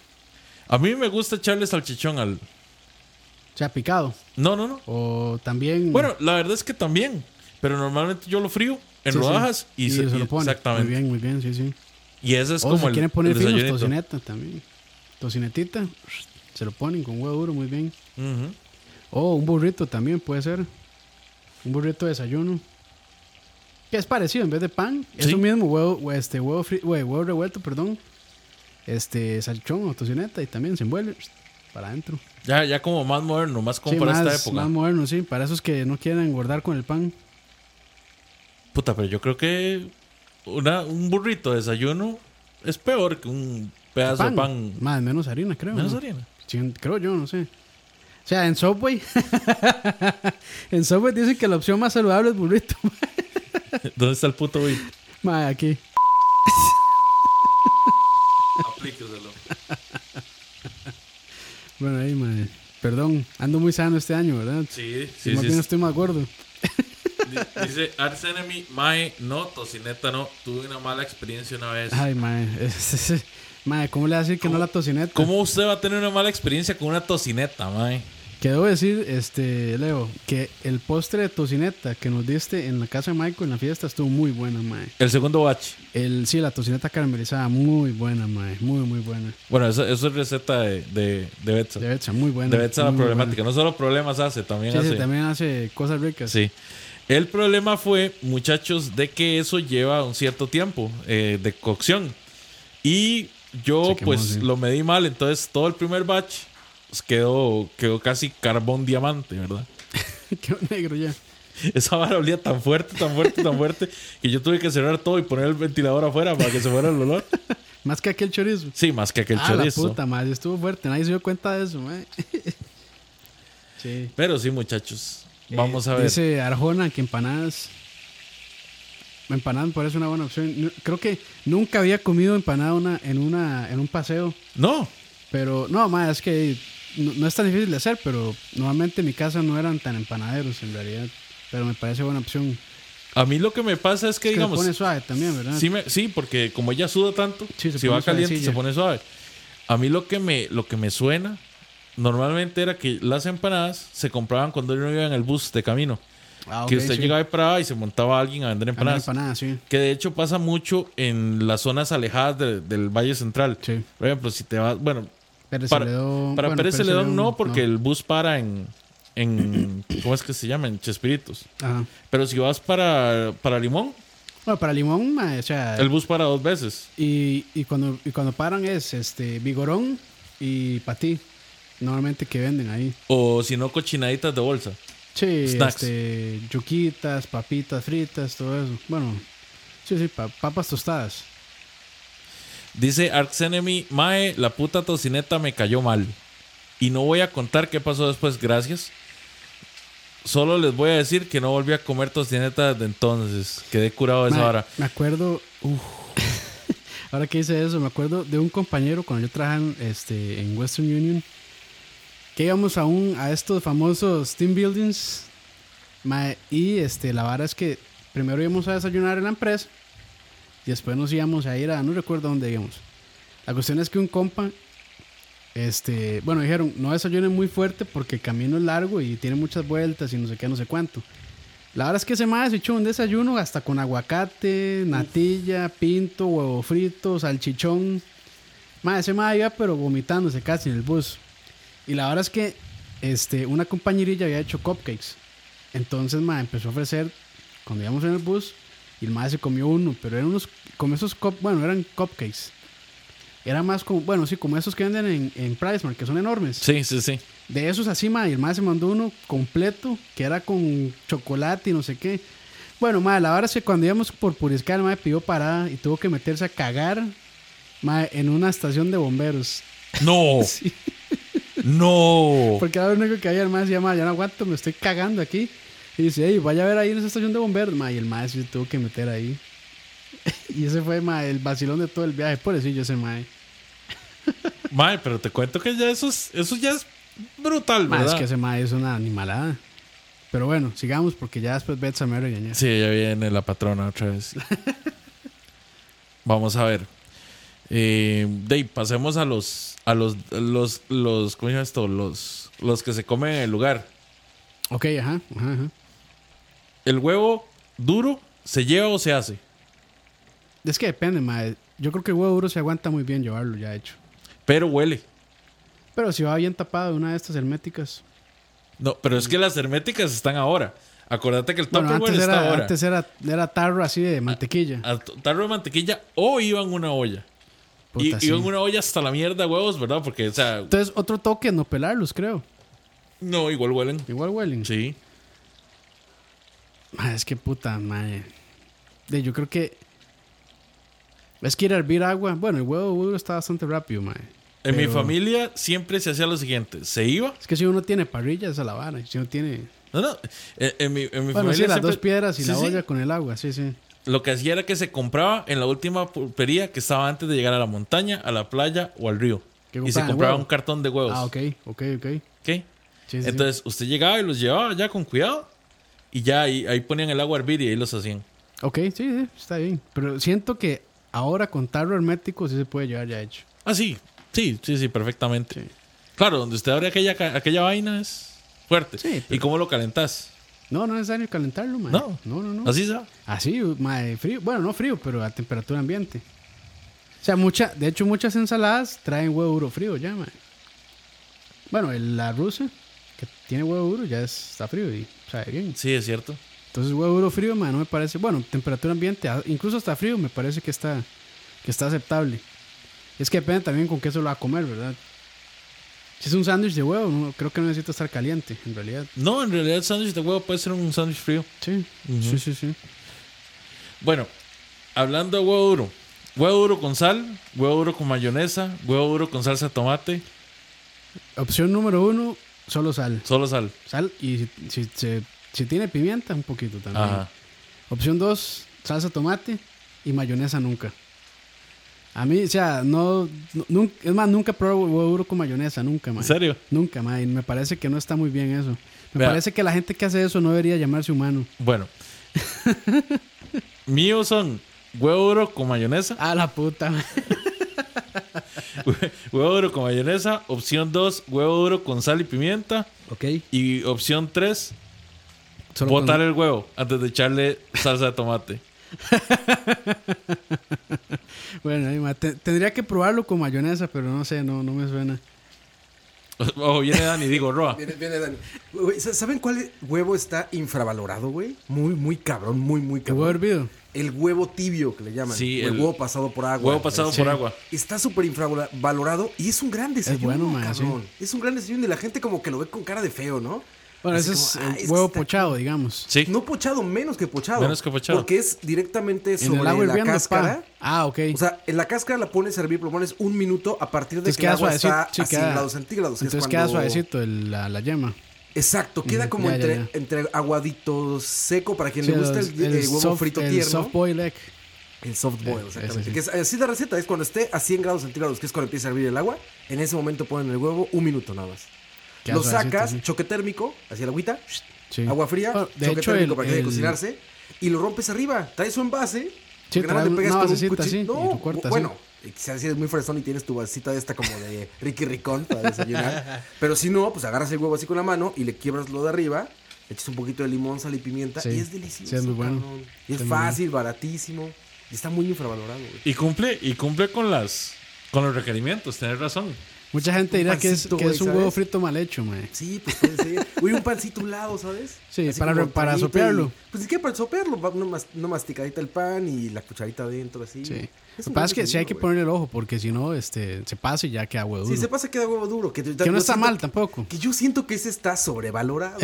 [SPEAKER 2] A mí me gusta echarle salchichón al...
[SPEAKER 3] O sea, picado.
[SPEAKER 2] No, no, no.
[SPEAKER 3] O también.
[SPEAKER 2] Bueno, la verdad es que también. Pero normalmente yo lo frío en
[SPEAKER 3] sí, sí.
[SPEAKER 2] rodajas y, se,
[SPEAKER 3] se
[SPEAKER 2] y-
[SPEAKER 3] lo pone.
[SPEAKER 2] Exactamente.
[SPEAKER 3] Muy bien, muy bien, sí, sí.
[SPEAKER 2] Y eso es
[SPEAKER 3] O
[SPEAKER 2] como
[SPEAKER 3] si
[SPEAKER 2] el,
[SPEAKER 3] quieren poner
[SPEAKER 2] el
[SPEAKER 3] finos,
[SPEAKER 2] desayunito.
[SPEAKER 3] tocineta también. Tocinetita, se lo ponen con huevo duro, muy bien.
[SPEAKER 2] Ujú.
[SPEAKER 3] O un burrito también puede ser. Un burrito de desayuno. Que es parecido, en vez de pan, es
[SPEAKER 2] Sí.
[SPEAKER 3] lo mismo, huevo, este, huevo, fri- hue- huevo revuelto, perdón. Este, salchón o tocineta y también se envuelve para adentro.
[SPEAKER 2] Ya, ya como más moderno, más como
[SPEAKER 3] Sí,
[SPEAKER 2] para
[SPEAKER 3] más,
[SPEAKER 2] esta época.
[SPEAKER 3] más moderno, sí, para esos que no quieren engordar con el pan.
[SPEAKER 2] Puta, pero yo creo que una- un burrito de desayuno es peor que un pedazo
[SPEAKER 3] Pan,
[SPEAKER 2] de pan.
[SPEAKER 3] Más, menos harina, creo.
[SPEAKER 2] Menos
[SPEAKER 3] ¿no?
[SPEAKER 2] harina.
[SPEAKER 3] Sí, creo yo, no sé. O sea, en Subway. <laughs> en Subway dicen que la opción más saludable es burrito.
[SPEAKER 2] <laughs>
[SPEAKER 3] <laughs>
[SPEAKER 2] ¿Dónde está el puto güey?
[SPEAKER 3] Mae, aquí.
[SPEAKER 2] Aplíqueselo.
[SPEAKER 3] Bueno, ahí, mae. Perdón, ando muy sano este año, ¿verdad?
[SPEAKER 2] Sí, sí,
[SPEAKER 3] Sí, más
[SPEAKER 2] sí.
[SPEAKER 3] bien estoy más gordo.
[SPEAKER 2] Di- Dice Ars Enemy, Mae, no, tocineta no. Tuve una mala experiencia una vez.
[SPEAKER 3] Ay, <laughs> mae. Mae, ¿cómo le va a decir que no a la tocineta?
[SPEAKER 2] ¿Cómo usted va a tener una mala experiencia con una tocineta, Mae?
[SPEAKER 3] Que debo decir, este, Leo, que el postre de tocineta que nos diste en la casa de Michael en la fiesta estuvo muy buena, mae.
[SPEAKER 2] El segundo batch.
[SPEAKER 3] El, sí, la tocineta caramelizada, muy buena, mae. Muy, muy buena.
[SPEAKER 2] Bueno, eso, eso es receta de, de, de Betsa.
[SPEAKER 3] De Betsa, muy buena.
[SPEAKER 2] De Betsa la
[SPEAKER 3] muy buena.
[SPEAKER 2] problemática. No solo problemas hace, también
[SPEAKER 3] Sí,
[SPEAKER 2] hace.
[SPEAKER 3] sí, también hace cosas ricas.
[SPEAKER 2] Sí. El problema fue, muchachos, de que eso lleva un cierto tiempo eh, de cocción. Y yo,
[SPEAKER 3] Se quemó,
[SPEAKER 2] pues,
[SPEAKER 3] sí.
[SPEAKER 2] lo medí mal. Entonces, todo el primer batch pues, quedó, quedó casi carbón diamante, ¿verdad?
[SPEAKER 3] <laughs> Qué negro ya.
[SPEAKER 2] Esa vara olía tan fuerte, tan fuerte, tan fuerte, que yo tuve que cerrar todo y poner el ventilador afuera para que se fuera el olor.
[SPEAKER 3] Más que aquel chorizo.
[SPEAKER 2] Sí, más que aquel
[SPEAKER 3] ah,
[SPEAKER 2] chorizo.
[SPEAKER 3] la puta madre, estuvo fuerte. Nadie se dio cuenta de eso, mae. <laughs> sí.
[SPEAKER 2] Pero sí, muchachos. Vamos
[SPEAKER 3] Eh,
[SPEAKER 2] a ver.
[SPEAKER 3] Dice Arjona que empanadas. Empanadas me parece una buena opción. No- Creo que nunca había comido empanada una- en, una, en un paseo.
[SPEAKER 2] No,
[SPEAKER 3] Pero no, mae, es que no, no es tan difícil de hacer, pero normalmente en mi casa no eran tan empanaderos en realidad. Pero me parece buena opción.
[SPEAKER 2] a mí lo que me pasa es que,
[SPEAKER 3] Es que le
[SPEAKER 2] digamos,
[SPEAKER 3] pone suave también, ¿verdad?
[SPEAKER 2] Sí, me- sí, porque como ella suda tanto,
[SPEAKER 3] Sí, se
[SPEAKER 2] si
[SPEAKER 3] pone
[SPEAKER 2] va caliente
[SPEAKER 3] suavecilla.
[SPEAKER 2] se pone suave. A mí lo que me lo que me suena normalmente era que las empanadas se compraban cuando yo iba en el bus de camino,
[SPEAKER 3] Ah,
[SPEAKER 2] que
[SPEAKER 3] ok,
[SPEAKER 2] usted
[SPEAKER 3] sí.
[SPEAKER 2] llegaba de Prada y se montaba alguien a vender
[SPEAKER 3] A mí la
[SPEAKER 2] empanadas,
[SPEAKER 3] empanada, sí.
[SPEAKER 2] que de hecho pasa mucho en las zonas alejadas de- del Valle Central.
[SPEAKER 3] Sí.
[SPEAKER 2] Por ejemplo, si te vas, bueno,
[SPEAKER 3] Pérez
[SPEAKER 2] para,
[SPEAKER 3] Celedón-
[SPEAKER 2] para
[SPEAKER 3] bueno,
[SPEAKER 2] Pérez Celedón no, porque
[SPEAKER 3] no.
[SPEAKER 2] el bus para en
[SPEAKER 3] <clears throat>
[SPEAKER 2] en ¿cómo es que se llama? En Chespiritos.
[SPEAKER 3] Ajá.
[SPEAKER 2] Pero si vas para para Limón,
[SPEAKER 3] Bueno, para Limón, mae, o sea,
[SPEAKER 2] el bus para dos veces.
[SPEAKER 3] y, y cuando, y cuando paran es este Vigorón y Patí, normalmente que venden ahí.
[SPEAKER 2] O si no, cochinaditas de bolsa.
[SPEAKER 3] Sí,
[SPEAKER 2] Snacks.
[SPEAKER 3] este, yuquitas, papitas fritas, todo eso. Bueno, sí, sí, pa- papas tostadas.
[SPEAKER 2] Dice Arx Enemy, Mae, la puta tocineta me cayó mal. Y no voy a contar qué pasó después, gracias. Solo les voy a decir que no volví a comer tocineta desde entonces. Quedé curado de esa
[SPEAKER 3] Mae,
[SPEAKER 2] hora.
[SPEAKER 3] Me acuerdo, uf, <laughs> ahora que dice eso, me acuerdo de un compañero cuando yo trabajaba en, este, en Western Union, que íbamos a, un, a estos famosos team buildings, mae, y este, la vara es que primero íbamos a desayunar en la empresa, y después nos íbamos a ir a, no recuerdo dónde íbamos. La cuestión es que un compa, este, bueno, dijeron, no desayunen muy fuerte porque el camino es largo y tiene muchas vueltas y no sé qué, no sé cuánto. La verdad es que ese mae se echó un desayuno hasta con aguacate, natilla, pinto, huevo frito, salchichón. Mae, ese mae iba pero vomitándose casi en el bus. Y la verdad es que este, una compañerilla había hecho cupcakes. Entonces, ma, empezó a ofrecer, cuando íbamos en el bus, y el ma se comió uno, pero eran unos, como esos, cup- bueno, eran cupcakes. Era más como, bueno, sí, como esos que venden en, en Price Mart, que son enormes.
[SPEAKER 2] Sí, sí,
[SPEAKER 3] <laughs>
[SPEAKER 2] sí.
[SPEAKER 3] De esos así, ma, y el ma se mandó uno completo, que era con chocolate y no sé qué. Bueno, ma, la verdad es que cuando íbamos por Puriscal, ma, pidió parada y tuvo que meterse a cagar, ma, en una estación de bomberos.
[SPEAKER 2] No.
[SPEAKER 3] Sí.
[SPEAKER 2] No.
[SPEAKER 3] Porque era lo único que había, el más llama, ya no aguanto, me estoy cagando aquí. Y dice, hey, vaya a ver ahí en esa estación de bomberos, ma, y el mae se tuvo que meter ahí. <laughs> y ese fue, ma, el vacilón de todo el viaje, por eso yo ese mae.
[SPEAKER 2] Mae, pero te cuento que ya eso es, eso ya es brutal,
[SPEAKER 3] Ma,
[SPEAKER 2] ¿verdad?
[SPEAKER 3] es que ese mae es una animalada. Pero bueno, sigamos porque ya después Betsa me regaña.
[SPEAKER 2] Sí, ya viene la patrona otra
[SPEAKER 3] <laughs>
[SPEAKER 2] vez. Vamos a ver. Eh, Dave, pasemos a los, a los, los, los, ¿cómo se llama esto? Los, los que se comen en el lugar.
[SPEAKER 3] Ok, ajá, ajá, ajá.
[SPEAKER 2] El huevo duro se lleva o se hace.
[SPEAKER 3] Es que depende, ma. Yo creo que el huevo duro se aguanta muy bien llevarlo ya hecho.
[SPEAKER 2] Pero huele.
[SPEAKER 3] Pero si va bien tapado de una de estas herméticas.
[SPEAKER 2] No, pero es que las herméticas están ahora. Acordate que el
[SPEAKER 3] Bueno,
[SPEAKER 2] Tupperware
[SPEAKER 3] antes,
[SPEAKER 2] pues está
[SPEAKER 3] era,
[SPEAKER 2] ahora. Ah,
[SPEAKER 3] antes era, era tarro así de mantequilla.
[SPEAKER 2] A t- tarro de mantequilla o iban una olla. Y,
[SPEAKER 3] Puta, sí.
[SPEAKER 2] iban una olla hasta la mierda, huevos, ¿verdad? Porque, o sea,
[SPEAKER 3] Entonces, otro toque, no pelarlos, creo.
[SPEAKER 2] no, igual huelen.
[SPEAKER 3] Igual huelen.
[SPEAKER 2] Sí.
[SPEAKER 3] Ma, es que puta madre. De, yo creo que. Es que ir a hervir agua. Bueno, el huevo duro está bastante rápido, madre.
[SPEAKER 2] En mi familia siempre se hacía lo siguiente: se iba.
[SPEAKER 3] Es que si uno tiene parrillas a la vara. y Si uno tiene.
[SPEAKER 2] No, no. En, en mi, en mi
[SPEAKER 3] Bueno,
[SPEAKER 2] familia. Pues
[SPEAKER 3] sí, las
[SPEAKER 2] siempre-
[SPEAKER 3] dos piedras y
[SPEAKER 2] Sí,
[SPEAKER 3] la
[SPEAKER 2] sí.
[SPEAKER 3] olla con el agua, sí, sí.
[SPEAKER 2] Lo que hacía era que se compraba en la última pulpería que estaba antes de llegar a la montaña, a la playa o al río.
[SPEAKER 3] ¿Qué
[SPEAKER 2] Y
[SPEAKER 3] compraban?
[SPEAKER 2] se compraba
[SPEAKER 3] ¿Huevo?
[SPEAKER 2] un cartón de huevos.
[SPEAKER 3] Ah, ok, ok, ok.
[SPEAKER 2] ¿Ok?
[SPEAKER 3] Sí, sí,
[SPEAKER 2] Entonces usted llegaba y los llevaba ya con cuidado. Y ya ahí, ahí ponían el agua a hervir y ahí los hacían.
[SPEAKER 3] sí. Ok, sí, sí, está bien. Pero siento que ahora con tarro hermético sí se puede llevar ya hecho.
[SPEAKER 2] Ah, sí. Sí, sí, sí, perfectamente. Claro, donde usted abre aquella, ca- aquella vaina es fuerte.
[SPEAKER 3] Sí,
[SPEAKER 2] ¿Y
[SPEAKER 3] pero-
[SPEAKER 2] cómo lo calentás?
[SPEAKER 3] No, no es necesario calentarlo, madre.
[SPEAKER 2] No. ¿Ah,
[SPEAKER 3] no, no. no.
[SPEAKER 2] Así sabe.
[SPEAKER 3] Así, mae, frío. Bueno, no frío, pero a temperatura ambiente. O sea, mucha, de hecho, muchas ensaladas traen huevo duro frío ya, mae. Bueno, el- la rusa, que tiene huevo duro, ya es- está frío y sabe bien.
[SPEAKER 2] Sí, es cierto.
[SPEAKER 3] Entonces, huevo duro frío, mae, no me parece. Bueno, temperatura ambiente, a- incluso hasta frío, me parece que está, que está aceptable. Es que depende también con qué se lo va a comer, ¿verdad? Si es un sándwich de huevo, no, creo que no necesita estar caliente, en realidad.
[SPEAKER 2] No, en realidad el sándwich de huevo puede ser un sándwich frío.
[SPEAKER 3] Sí, sí, sí, sí.
[SPEAKER 2] Bueno, hablando de huevo duro. Huevo duro con sal, huevo duro con mayonesa, huevo duro con salsa de tomate,
[SPEAKER 3] Opción número uno, solo sal.
[SPEAKER 2] solo sal.
[SPEAKER 3] Sal y si, si, se- si tiene pimienta, un poquito también.
[SPEAKER 2] Ajá.
[SPEAKER 3] Opción 2, salsa tomate y mayonesa nunca. A mí, o sea, no, nu- nun- es más, nunca pruebo huevo duro con mayonesa, nunca, man.
[SPEAKER 2] ¿En serio?
[SPEAKER 3] Nunca, man. y Me parece que no está muy bien eso. Me
[SPEAKER 2] Vea.
[SPEAKER 3] parece que la gente que hace eso no debería llamarse humano. <laughs>
[SPEAKER 2] Bueno. Míos son huevo duro con mayonesa,
[SPEAKER 3] A la puta, man.
[SPEAKER 2] huevo duro con mayonesa, opción 2, huevo duro con sal y pimienta
[SPEAKER 3] Ok.
[SPEAKER 2] y opción 3,
[SPEAKER 3] <laughs> Solo con-
[SPEAKER 2] botar el huevo antes de echarle salsa de tomate. <laughs>
[SPEAKER 3] Bueno, ahí, man, te- tendría que probarlo con mayonesa, pero no sé, no, no me suena.
[SPEAKER 2] Ojo, viene Dani, digo, Roa.
[SPEAKER 4] Viene, viene Dani. Güey, ¿sa- ¿Saben cuál huevo está infravalorado, güey? Muy, muy cabrón, muy, muy
[SPEAKER 3] ¿El huevo
[SPEAKER 4] cabrón.
[SPEAKER 3] hervido?
[SPEAKER 4] El huevo tibio que le llaman.
[SPEAKER 2] Sí,
[SPEAKER 4] O el,
[SPEAKER 2] el-
[SPEAKER 4] huevo pasado por agua.
[SPEAKER 2] Huevo pasado por agua.
[SPEAKER 4] Está súper infravalorado y es un gran desayuno,
[SPEAKER 3] bueno, man,
[SPEAKER 4] cabrón. Es un gran desayuno y la gente como que lo ve con cara de feo, ¿no?
[SPEAKER 3] Bueno,
[SPEAKER 4] Así
[SPEAKER 3] ese es
[SPEAKER 4] como, "Ah,
[SPEAKER 3] el
[SPEAKER 4] es que
[SPEAKER 3] huevo
[SPEAKER 4] está-
[SPEAKER 3] pochado, digamos.
[SPEAKER 2] Sí.
[SPEAKER 4] No pochado, menos que pochado.
[SPEAKER 2] Menos que pochado.
[SPEAKER 4] Porque es directamente
[SPEAKER 3] En
[SPEAKER 4] sobre
[SPEAKER 3] el agua
[SPEAKER 4] la
[SPEAKER 3] hirviendo,
[SPEAKER 4] cáscara.
[SPEAKER 3] pa. Ah, ok.
[SPEAKER 4] O sea, en la cáscara la pones a hervir, lo pones un minuto a partir de
[SPEAKER 3] Entonces
[SPEAKER 4] que el
[SPEAKER 3] queda
[SPEAKER 4] agua
[SPEAKER 3] suavecito.
[SPEAKER 4] está
[SPEAKER 3] sí,
[SPEAKER 4] a 100
[SPEAKER 3] queda-
[SPEAKER 4] grados centígrados. que es
[SPEAKER 3] Entonces queda
[SPEAKER 4] cuando-
[SPEAKER 3] suavecito el- la, la yema.
[SPEAKER 4] Exacto, queda
[SPEAKER 3] Ujú,
[SPEAKER 4] como
[SPEAKER 3] ya, ya,
[SPEAKER 4] entre,
[SPEAKER 3] ya.
[SPEAKER 4] entre aguadito seco para quien
[SPEAKER 3] Sí,
[SPEAKER 4] le gusta
[SPEAKER 3] los-
[SPEAKER 4] el, eh, huevo
[SPEAKER 3] soft-
[SPEAKER 4] frito
[SPEAKER 3] el
[SPEAKER 4] tierno.
[SPEAKER 3] soft boiled egg.
[SPEAKER 4] el soft boil, exactamente.
[SPEAKER 3] ese sí.
[SPEAKER 4] Que es así la receta, es cuando esté a 100 grados centígrados, que es cuando empieza a hervir el agua. En ese momento ponen el huevo un minuto nada más.
[SPEAKER 3] Queda
[SPEAKER 4] Lo
[SPEAKER 3] suavecito,
[SPEAKER 4] sacas,
[SPEAKER 3] sí.
[SPEAKER 4] choque térmico, hacia el agüita,
[SPEAKER 3] Sí.
[SPEAKER 4] agua fría,
[SPEAKER 3] Bueno, de
[SPEAKER 4] choque
[SPEAKER 3] hecho,
[SPEAKER 4] térmico
[SPEAKER 3] el-
[SPEAKER 4] para que deje de
[SPEAKER 3] el-
[SPEAKER 4] cocinarse, y lo rompes arriba. Traes su envase,
[SPEAKER 3] Sí,
[SPEAKER 4] porque nada más
[SPEAKER 3] trae
[SPEAKER 4] le pegas
[SPEAKER 3] una
[SPEAKER 4] con un
[SPEAKER 3] basecita
[SPEAKER 4] cuchillo.
[SPEAKER 3] así, y
[SPEAKER 4] No,
[SPEAKER 3] lo cortas,
[SPEAKER 4] bueno, y quizás si eres muy fresón y tienes tu vasita esta como de Ricky Ricón para
[SPEAKER 3] <laughs>
[SPEAKER 4] desayunar. Pero si no, pues agarras el huevo así con la mano y le quiebras lo de arriba, le echas un poquito de limón, sal y pimienta,
[SPEAKER 3] Sí,
[SPEAKER 4] y es delicioso.
[SPEAKER 3] sí, es muy bueno.
[SPEAKER 4] cabrón. Y es
[SPEAKER 3] Está muy
[SPEAKER 4] fácil, baratísimo, y está muy infravalorado, güey.
[SPEAKER 2] Y cumple, y cumple con las con los requerimientos, tenés razón.
[SPEAKER 3] Mucha gente
[SPEAKER 4] Un
[SPEAKER 3] dirá que es,
[SPEAKER 4] pancito,
[SPEAKER 3] que
[SPEAKER 4] güey,
[SPEAKER 3] es un
[SPEAKER 4] ¿sabes?
[SPEAKER 3] huevo frito mal hecho, mae.
[SPEAKER 4] Sí, pues puede ser. <laughs> Uy, un pancito a un lado, ¿sabes?
[SPEAKER 3] Sí, para-
[SPEAKER 4] como
[SPEAKER 3] para
[SPEAKER 4] panito
[SPEAKER 3] sopearlo.
[SPEAKER 4] y- pues es que para sopearlo, va una, mas- una masticadita el pan y la cucharita adentro, así.
[SPEAKER 3] Sí. Lo que pasa
[SPEAKER 4] un buen
[SPEAKER 3] es que sí hay que
[SPEAKER 4] desayuno, güey.
[SPEAKER 3] ponerle el ojo, porque si no, este, se pasa y ya queda huevo
[SPEAKER 4] Si
[SPEAKER 3] duro.
[SPEAKER 4] se pasa, queda huevo duro. Que,
[SPEAKER 3] Que no está mal tampoco.
[SPEAKER 4] Que yo siento que ese está
[SPEAKER 3] <laughs>
[SPEAKER 4] sobrevalorado,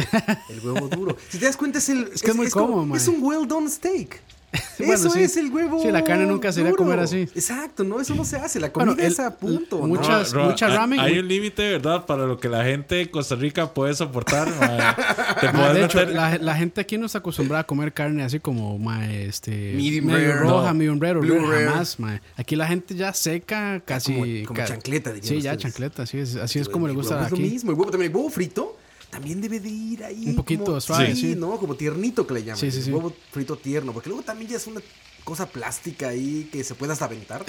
[SPEAKER 4] el huevo duro. Si te das cuenta, es el.
[SPEAKER 3] Es que es muy
[SPEAKER 4] como-
[SPEAKER 3] cómodo, man.
[SPEAKER 4] Es un well done steak.
[SPEAKER 3] <laughs> Bueno,
[SPEAKER 4] Eso
[SPEAKER 3] sí.
[SPEAKER 4] es el huevo.
[SPEAKER 3] Sí, la carne nunca se iría a
[SPEAKER 4] duro.
[SPEAKER 3] comer así.
[SPEAKER 4] Exacto, no, eso no se hace. La comida
[SPEAKER 3] Bueno, el-
[SPEAKER 4] es a punto. ¿no?
[SPEAKER 3] mucha- Muchas- Pues, mucha
[SPEAKER 2] hay-
[SPEAKER 3] ramen,
[SPEAKER 2] Hay
[SPEAKER 3] güey.
[SPEAKER 2] un límite, ¿verdad? Para lo que la gente de Costa Rica puede soportar.
[SPEAKER 3] <laughs>
[SPEAKER 2] mae. Te
[SPEAKER 3] Mae,
[SPEAKER 2] puedes
[SPEAKER 3] de hecho,
[SPEAKER 2] meter-
[SPEAKER 3] la, la gente aquí no está acostumbrada a comer carne así como, mae, este...
[SPEAKER 4] Medium
[SPEAKER 3] medio
[SPEAKER 4] rare.
[SPEAKER 3] roja,
[SPEAKER 2] No.
[SPEAKER 3] medium rare, o
[SPEAKER 4] Blue
[SPEAKER 3] rare,
[SPEAKER 4] rare. Ah,
[SPEAKER 3] jamás, mae. Aquí la gente ya seca, casi...
[SPEAKER 4] Como- como chancleta, dirían
[SPEAKER 3] Sí, ya
[SPEAKER 4] ustedes.
[SPEAKER 3] chancleta, así es, así es como le
[SPEAKER 4] El
[SPEAKER 3] gusta
[SPEAKER 4] huevo Es lo
[SPEAKER 3] aquí.
[SPEAKER 4] mismo, el huevo también. El huevo frito también debe de ir ahí.
[SPEAKER 3] Un poquito
[SPEAKER 4] como-
[SPEAKER 3] suave, sí.
[SPEAKER 4] ¿no? Como tiernito que le llaman.
[SPEAKER 3] Sí, sí,
[SPEAKER 4] el
[SPEAKER 3] sí.
[SPEAKER 4] Huevo frito tierno. Porque luego también ya es una cosa plástica ahí que se puede hasta
[SPEAKER 3] <laughs>
[SPEAKER 4] aventar.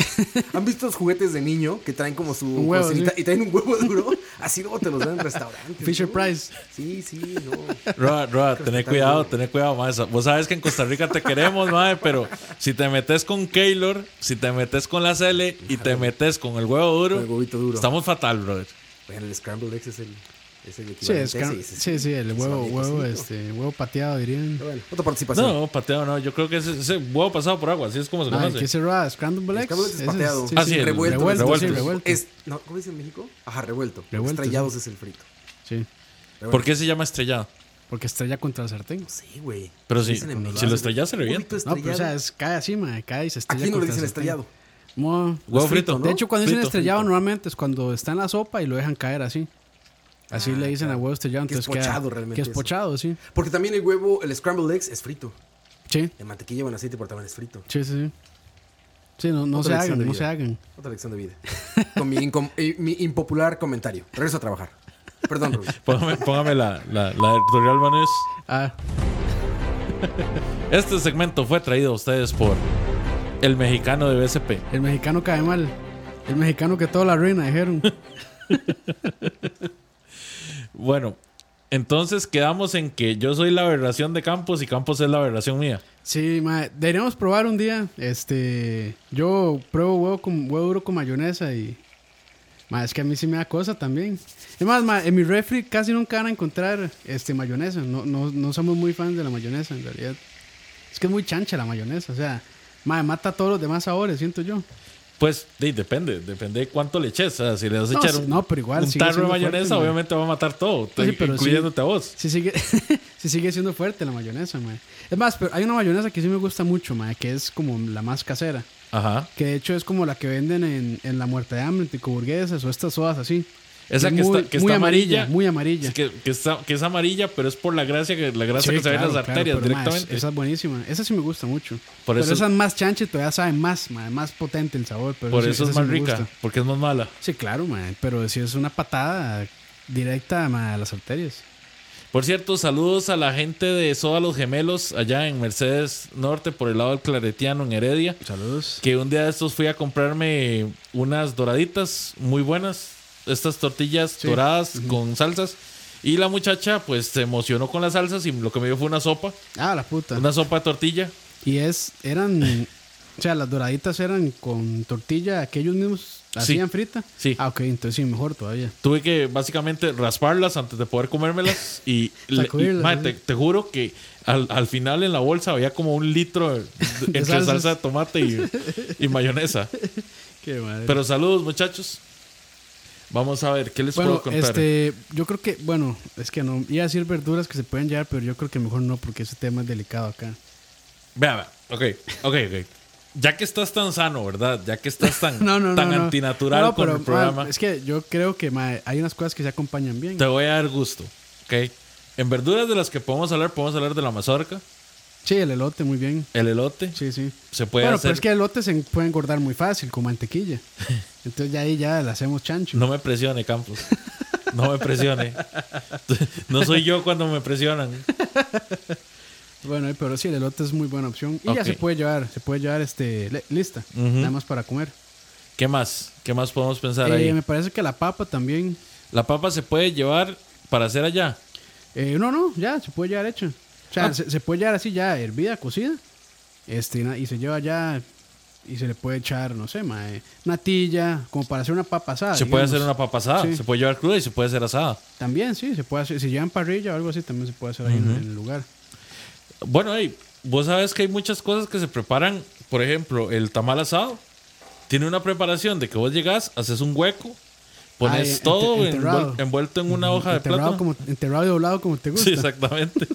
[SPEAKER 4] ¿Han visto los juguetes de niño que traen como su
[SPEAKER 3] Un huevo,
[SPEAKER 4] coserita
[SPEAKER 3] sí.
[SPEAKER 4] y traen un huevo duro? <laughs> Así luego te los dan en restaurantes.
[SPEAKER 3] Fisher
[SPEAKER 4] ¿no?
[SPEAKER 3] Price.
[SPEAKER 4] Sí, sí, no.
[SPEAKER 2] Roa, Roa, tené cuidado, tené cuidado, mae. Vos sabes que en Costa Rica te queremos, mae, pero si te metes con Keylor, si te metes con la Cele y te metes con el huevo duro,
[SPEAKER 4] Con el huevito duro.
[SPEAKER 2] estamos fatal, brother.
[SPEAKER 4] Bueno, el Scrambled Eggs es el, es el
[SPEAKER 3] Sí, es
[SPEAKER 4] equivalente.
[SPEAKER 3] car-
[SPEAKER 4] ese, ese.
[SPEAKER 3] sí, sí, el
[SPEAKER 4] Es
[SPEAKER 3] huevo,
[SPEAKER 4] maldito
[SPEAKER 3] huevo,
[SPEAKER 4] frito.
[SPEAKER 3] este, huevo pateado, dirían.
[SPEAKER 4] Pero Bueno, otra participación.
[SPEAKER 2] No, pateado no. Yo creo que ese, ese huevo pasado por agua, así es como se
[SPEAKER 3] Ah,
[SPEAKER 2] conoce.
[SPEAKER 3] ¿Qué cerrada? ¿Scramble
[SPEAKER 4] El
[SPEAKER 3] Eggs?
[SPEAKER 4] Scrambled Eggs es
[SPEAKER 3] Ese es-
[SPEAKER 4] pateado.
[SPEAKER 3] sí,
[SPEAKER 2] Ah,
[SPEAKER 3] sí,
[SPEAKER 2] sí, el
[SPEAKER 3] revuelto,
[SPEAKER 4] revuelto,
[SPEAKER 3] sí,
[SPEAKER 2] revuelto.
[SPEAKER 3] revuelto.
[SPEAKER 4] Es, no, ¿Cómo dice en México? Ajá, revuelto.
[SPEAKER 3] Revuelto,
[SPEAKER 4] Estrellados es el frito.
[SPEAKER 3] Sí,
[SPEAKER 2] ¿Por qué se llama estrellado?
[SPEAKER 3] porque estrella contra el sartén.
[SPEAKER 4] Sí, güey.
[SPEAKER 2] Pero
[SPEAKER 4] Le
[SPEAKER 2] si-
[SPEAKER 4] dicen en
[SPEAKER 2] si
[SPEAKER 4] México,
[SPEAKER 2] lo estrellas, se revienta.
[SPEAKER 4] huevito
[SPEAKER 3] No, pero o sea,
[SPEAKER 4] estrellado.
[SPEAKER 3] es, cae así, mae, cae y se estrella
[SPEAKER 4] Aquí no le
[SPEAKER 3] contra el
[SPEAKER 4] dicen
[SPEAKER 3] sartén.
[SPEAKER 4] estrellado.
[SPEAKER 3] Mo-
[SPEAKER 2] Huevo frito.
[SPEAKER 4] ¿no?
[SPEAKER 3] De hecho, cuando dicen
[SPEAKER 2] Frito.
[SPEAKER 3] estrellado normalmente es cuando está en la sopa y lo dejan caer así. Así le dicen a huevo estrellado.
[SPEAKER 4] Ah, Que es
[SPEAKER 3] Entonces queda-
[SPEAKER 4] pochado realmente
[SPEAKER 3] Que es
[SPEAKER 4] eso.
[SPEAKER 3] pochado, sí.
[SPEAKER 4] Porque también el huevo, el scrambled eggs es frito.
[SPEAKER 3] Sí,
[SPEAKER 4] En mantequilla o en aceite, pero también es frito.
[SPEAKER 3] sí, sí. Sí, Sí, no, no
[SPEAKER 4] Otra
[SPEAKER 3] se
[SPEAKER 4] lección de
[SPEAKER 3] hagan, no
[SPEAKER 4] vida.
[SPEAKER 3] se hagan.
[SPEAKER 4] Otra lección de vida. Con mi, incom- <laughs> eh, mi impopular comentario. Regreso a trabajar. Perdón, Rubén.
[SPEAKER 2] Póngame, póngame la, la, la del tutorial Vanés.
[SPEAKER 3] Ah,
[SPEAKER 2] Este segmento fue traído a ustedes por el mexicano de BSP.
[SPEAKER 3] el mexicano cae mal. El mexicano que toda la ruina,
[SPEAKER 4] <laughs>
[SPEAKER 3] dijeron.
[SPEAKER 2] Bueno, entonces quedamos en que yo soy la aberración de Campos y Campos es la aberración mía.
[SPEAKER 3] Sí, mae, deberíamos probar un día. Este, yo pruebo huevo con huevo duro con mayonesa y mae, es que a mí sí me da cosa también. Es más, mae, en mi refri casi nunca van a encontrar este mayonesa. No, no, no somos muy fans de la mayonesa en realidad. Es que es muy chancha la mayonesa, o sea, mae, mata todos los demás sabores, siento yo.
[SPEAKER 2] Pues de- depende, depende de cuánto le eches. O sea, si le vas a
[SPEAKER 3] No,
[SPEAKER 2] echar
[SPEAKER 3] sí,
[SPEAKER 2] un,
[SPEAKER 3] no, pero igual
[SPEAKER 2] un
[SPEAKER 3] sigue
[SPEAKER 2] tarro de
[SPEAKER 3] siendo
[SPEAKER 2] mayonesa,
[SPEAKER 3] fuerte, man.
[SPEAKER 2] obviamente va a matar todo,
[SPEAKER 3] No, sí, pero sí.
[SPEAKER 2] incluyéndote a vos.
[SPEAKER 3] Sí sigue, <laughs> sí sigue siendo fuerte la mayonesa, mae. Es más, pero hay una mayonesa que sí me gusta mucho, mae, que es como la más casera.
[SPEAKER 2] Ajá.
[SPEAKER 3] Que de hecho es como la que venden en, en La Muerte de Hambre, en Tico Burguesas o estas sodas así.
[SPEAKER 2] Esa que,
[SPEAKER 3] es muy-
[SPEAKER 2] está, que
[SPEAKER 3] muy
[SPEAKER 2] está
[SPEAKER 3] amarilla,
[SPEAKER 2] amarilla,
[SPEAKER 3] Muy amarilla.
[SPEAKER 2] Sí, que, que está- que es amarilla, pero es por la gracia que la grasa
[SPEAKER 3] Sí,
[SPEAKER 2] que se ve en
[SPEAKER 3] claro,
[SPEAKER 2] las
[SPEAKER 3] claro,
[SPEAKER 2] arterias
[SPEAKER 3] pero, ma, es-
[SPEAKER 2] directamente.
[SPEAKER 3] esa es buenísima. Esa sí me gusta mucho.
[SPEAKER 2] Por
[SPEAKER 3] pero
[SPEAKER 2] eso-
[SPEAKER 3] esas más chanches todavía saben más, ma, más potente el sabor. Pero
[SPEAKER 2] por
[SPEAKER 3] sí-
[SPEAKER 2] eso es
[SPEAKER 3] esa sí
[SPEAKER 2] más
[SPEAKER 3] me
[SPEAKER 2] rica,
[SPEAKER 3] gusta.
[SPEAKER 2] porque es más mala.
[SPEAKER 3] Sí, claro, ma, pero si es una patada directa ma, a las arterias.
[SPEAKER 2] Por cierto, saludos a la gente de Soda Los Gemelos allá en Mercedes Norte por el lado del Claretiano en Heredia.
[SPEAKER 3] Saludos.
[SPEAKER 2] Que un día de estos fui a comprarme unas doraditas muy buenas. Estas tortillas doradas con salsas. Y la muchacha pues se emocionó con las salsas y lo que me dio fue una sopa.
[SPEAKER 3] Ah, la puta.
[SPEAKER 2] Una sopa de tortilla.
[SPEAKER 3] Y es, eran, o sea, las doraditas eran con tortilla que ellos mismos hacían frita.
[SPEAKER 2] Sí.
[SPEAKER 3] Ah, ok, entonces sí, mejor todavía.
[SPEAKER 2] Tuve que básicamente rasparlas antes de poder comérmelas.
[SPEAKER 3] <laughs>
[SPEAKER 2] Y, le- y,
[SPEAKER 3] Sacudirlas,
[SPEAKER 2] mae,
[SPEAKER 3] ¿no?
[SPEAKER 2] te, te juro que al, al final en la bolsa había como un litro de,
[SPEAKER 3] <laughs>
[SPEAKER 2] de- entre
[SPEAKER 3] salsas.
[SPEAKER 2] salsa de tomate y, y
[SPEAKER 3] <laughs>
[SPEAKER 2] mayonesa.
[SPEAKER 3] Qué madre.
[SPEAKER 2] Pero saludos muchachos. Vamos a ver, ¿qué les
[SPEAKER 3] Bueno,
[SPEAKER 2] puedo contar?
[SPEAKER 3] este, yo creo que, bueno, es que no, iba a decir verduras que se pueden llevar, pero yo creo que mejor no, porque ese tema es delicado acá. <laughs>
[SPEAKER 2] Vea, vea. Ok, ok, ok. Ya que estás tan sano, ¿verdad? Ya que estás tan,
[SPEAKER 3] <laughs> No, no,
[SPEAKER 2] tan
[SPEAKER 3] no, no.
[SPEAKER 2] antinatural
[SPEAKER 3] No,
[SPEAKER 2] con
[SPEAKER 3] pero,
[SPEAKER 2] el programa,
[SPEAKER 3] ma, es que yo creo que ma, hay unas cosas que se acompañan bien.
[SPEAKER 2] te voy a dar gusto. Ok. En verduras de las que podemos hablar, podemos hablar de la mazorca,
[SPEAKER 3] Sí, el elote, muy bien.
[SPEAKER 2] el elote.
[SPEAKER 3] Sí, sí.
[SPEAKER 2] Se puede
[SPEAKER 3] bueno,
[SPEAKER 2] hacer.
[SPEAKER 3] pero es que el elote se puede engordar muy fácil,
[SPEAKER 2] <laughs>
[SPEAKER 3] con mantequilla. Entonces ya ahí ya le hacemos chancho.
[SPEAKER 2] No me presione, Campos. No me presione. <laughs> No soy yo cuando me presionan.
[SPEAKER 3] Bueno, eh, pero sí, el elote es muy buena opción. Y ya
[SPEAKER 2] Ok.
[SPEAKER 3] se puede llevar, se puede llevar este, le- lista, nada más para comer.
[SPEAKER 2] ¿Qué más? ¿Qué más podemos pensar
[SPEAKER 3] Eh,
[SPEAKER 2] ahí?
[SPEAKER 3] me parece que la papa también.
[SPEAKER 2] La papa se puede llevar para hacer allá.
[SPEAKER 3] Eh, no, no, ya, se puede llevar hecha. O sea,
[SPEAKER 2] Ah.
[SPEAKER 3] se, se puede llevar así ya hervida, cocida. Este, y na- y se lleva ya y se le puede echar, no sé, mae, natilla, como para hacer una papa asada.
[SPEAKER 2] se puede
[SPEAKER 3] Ah, digamos.
[SPEAKER 2] hacer una papa asada,
[SPEAKER 3] Sí.
[SPEAKER 2] se puede llevar cruda y se puede hacer asada.
[SPEAKER 3] También, sí, se puede hacer. Si llevan parrilla o algo así, también se puede hacer ahí en- en el lugar.
[SPEAKER 2] Bueno, hey, vos sabes que hay muchas cosas que se preparan. Por ejemplo, el tamal asado tiene una preparación de que vos llegás, haces un hueco,
[SPEAKER 3] Ah,
[SPEAKER 2] pones
[SPEAKER 3] ente-
[SPEAKER 2] todo envuel-
[SPEAKER 3] enterrado.
[SPEAKER 2] envuelto en una hoja de
[SPEAKER 3] enterrado
[SPEAKER 2] plátano. <laughs>
[SPEAKER 3] Como, enterrado y doblado como te gusta.
[SPEAKER 2] Sí,
[SPEAKER 3] <laughs>
[SPEAKER 2] exactamente.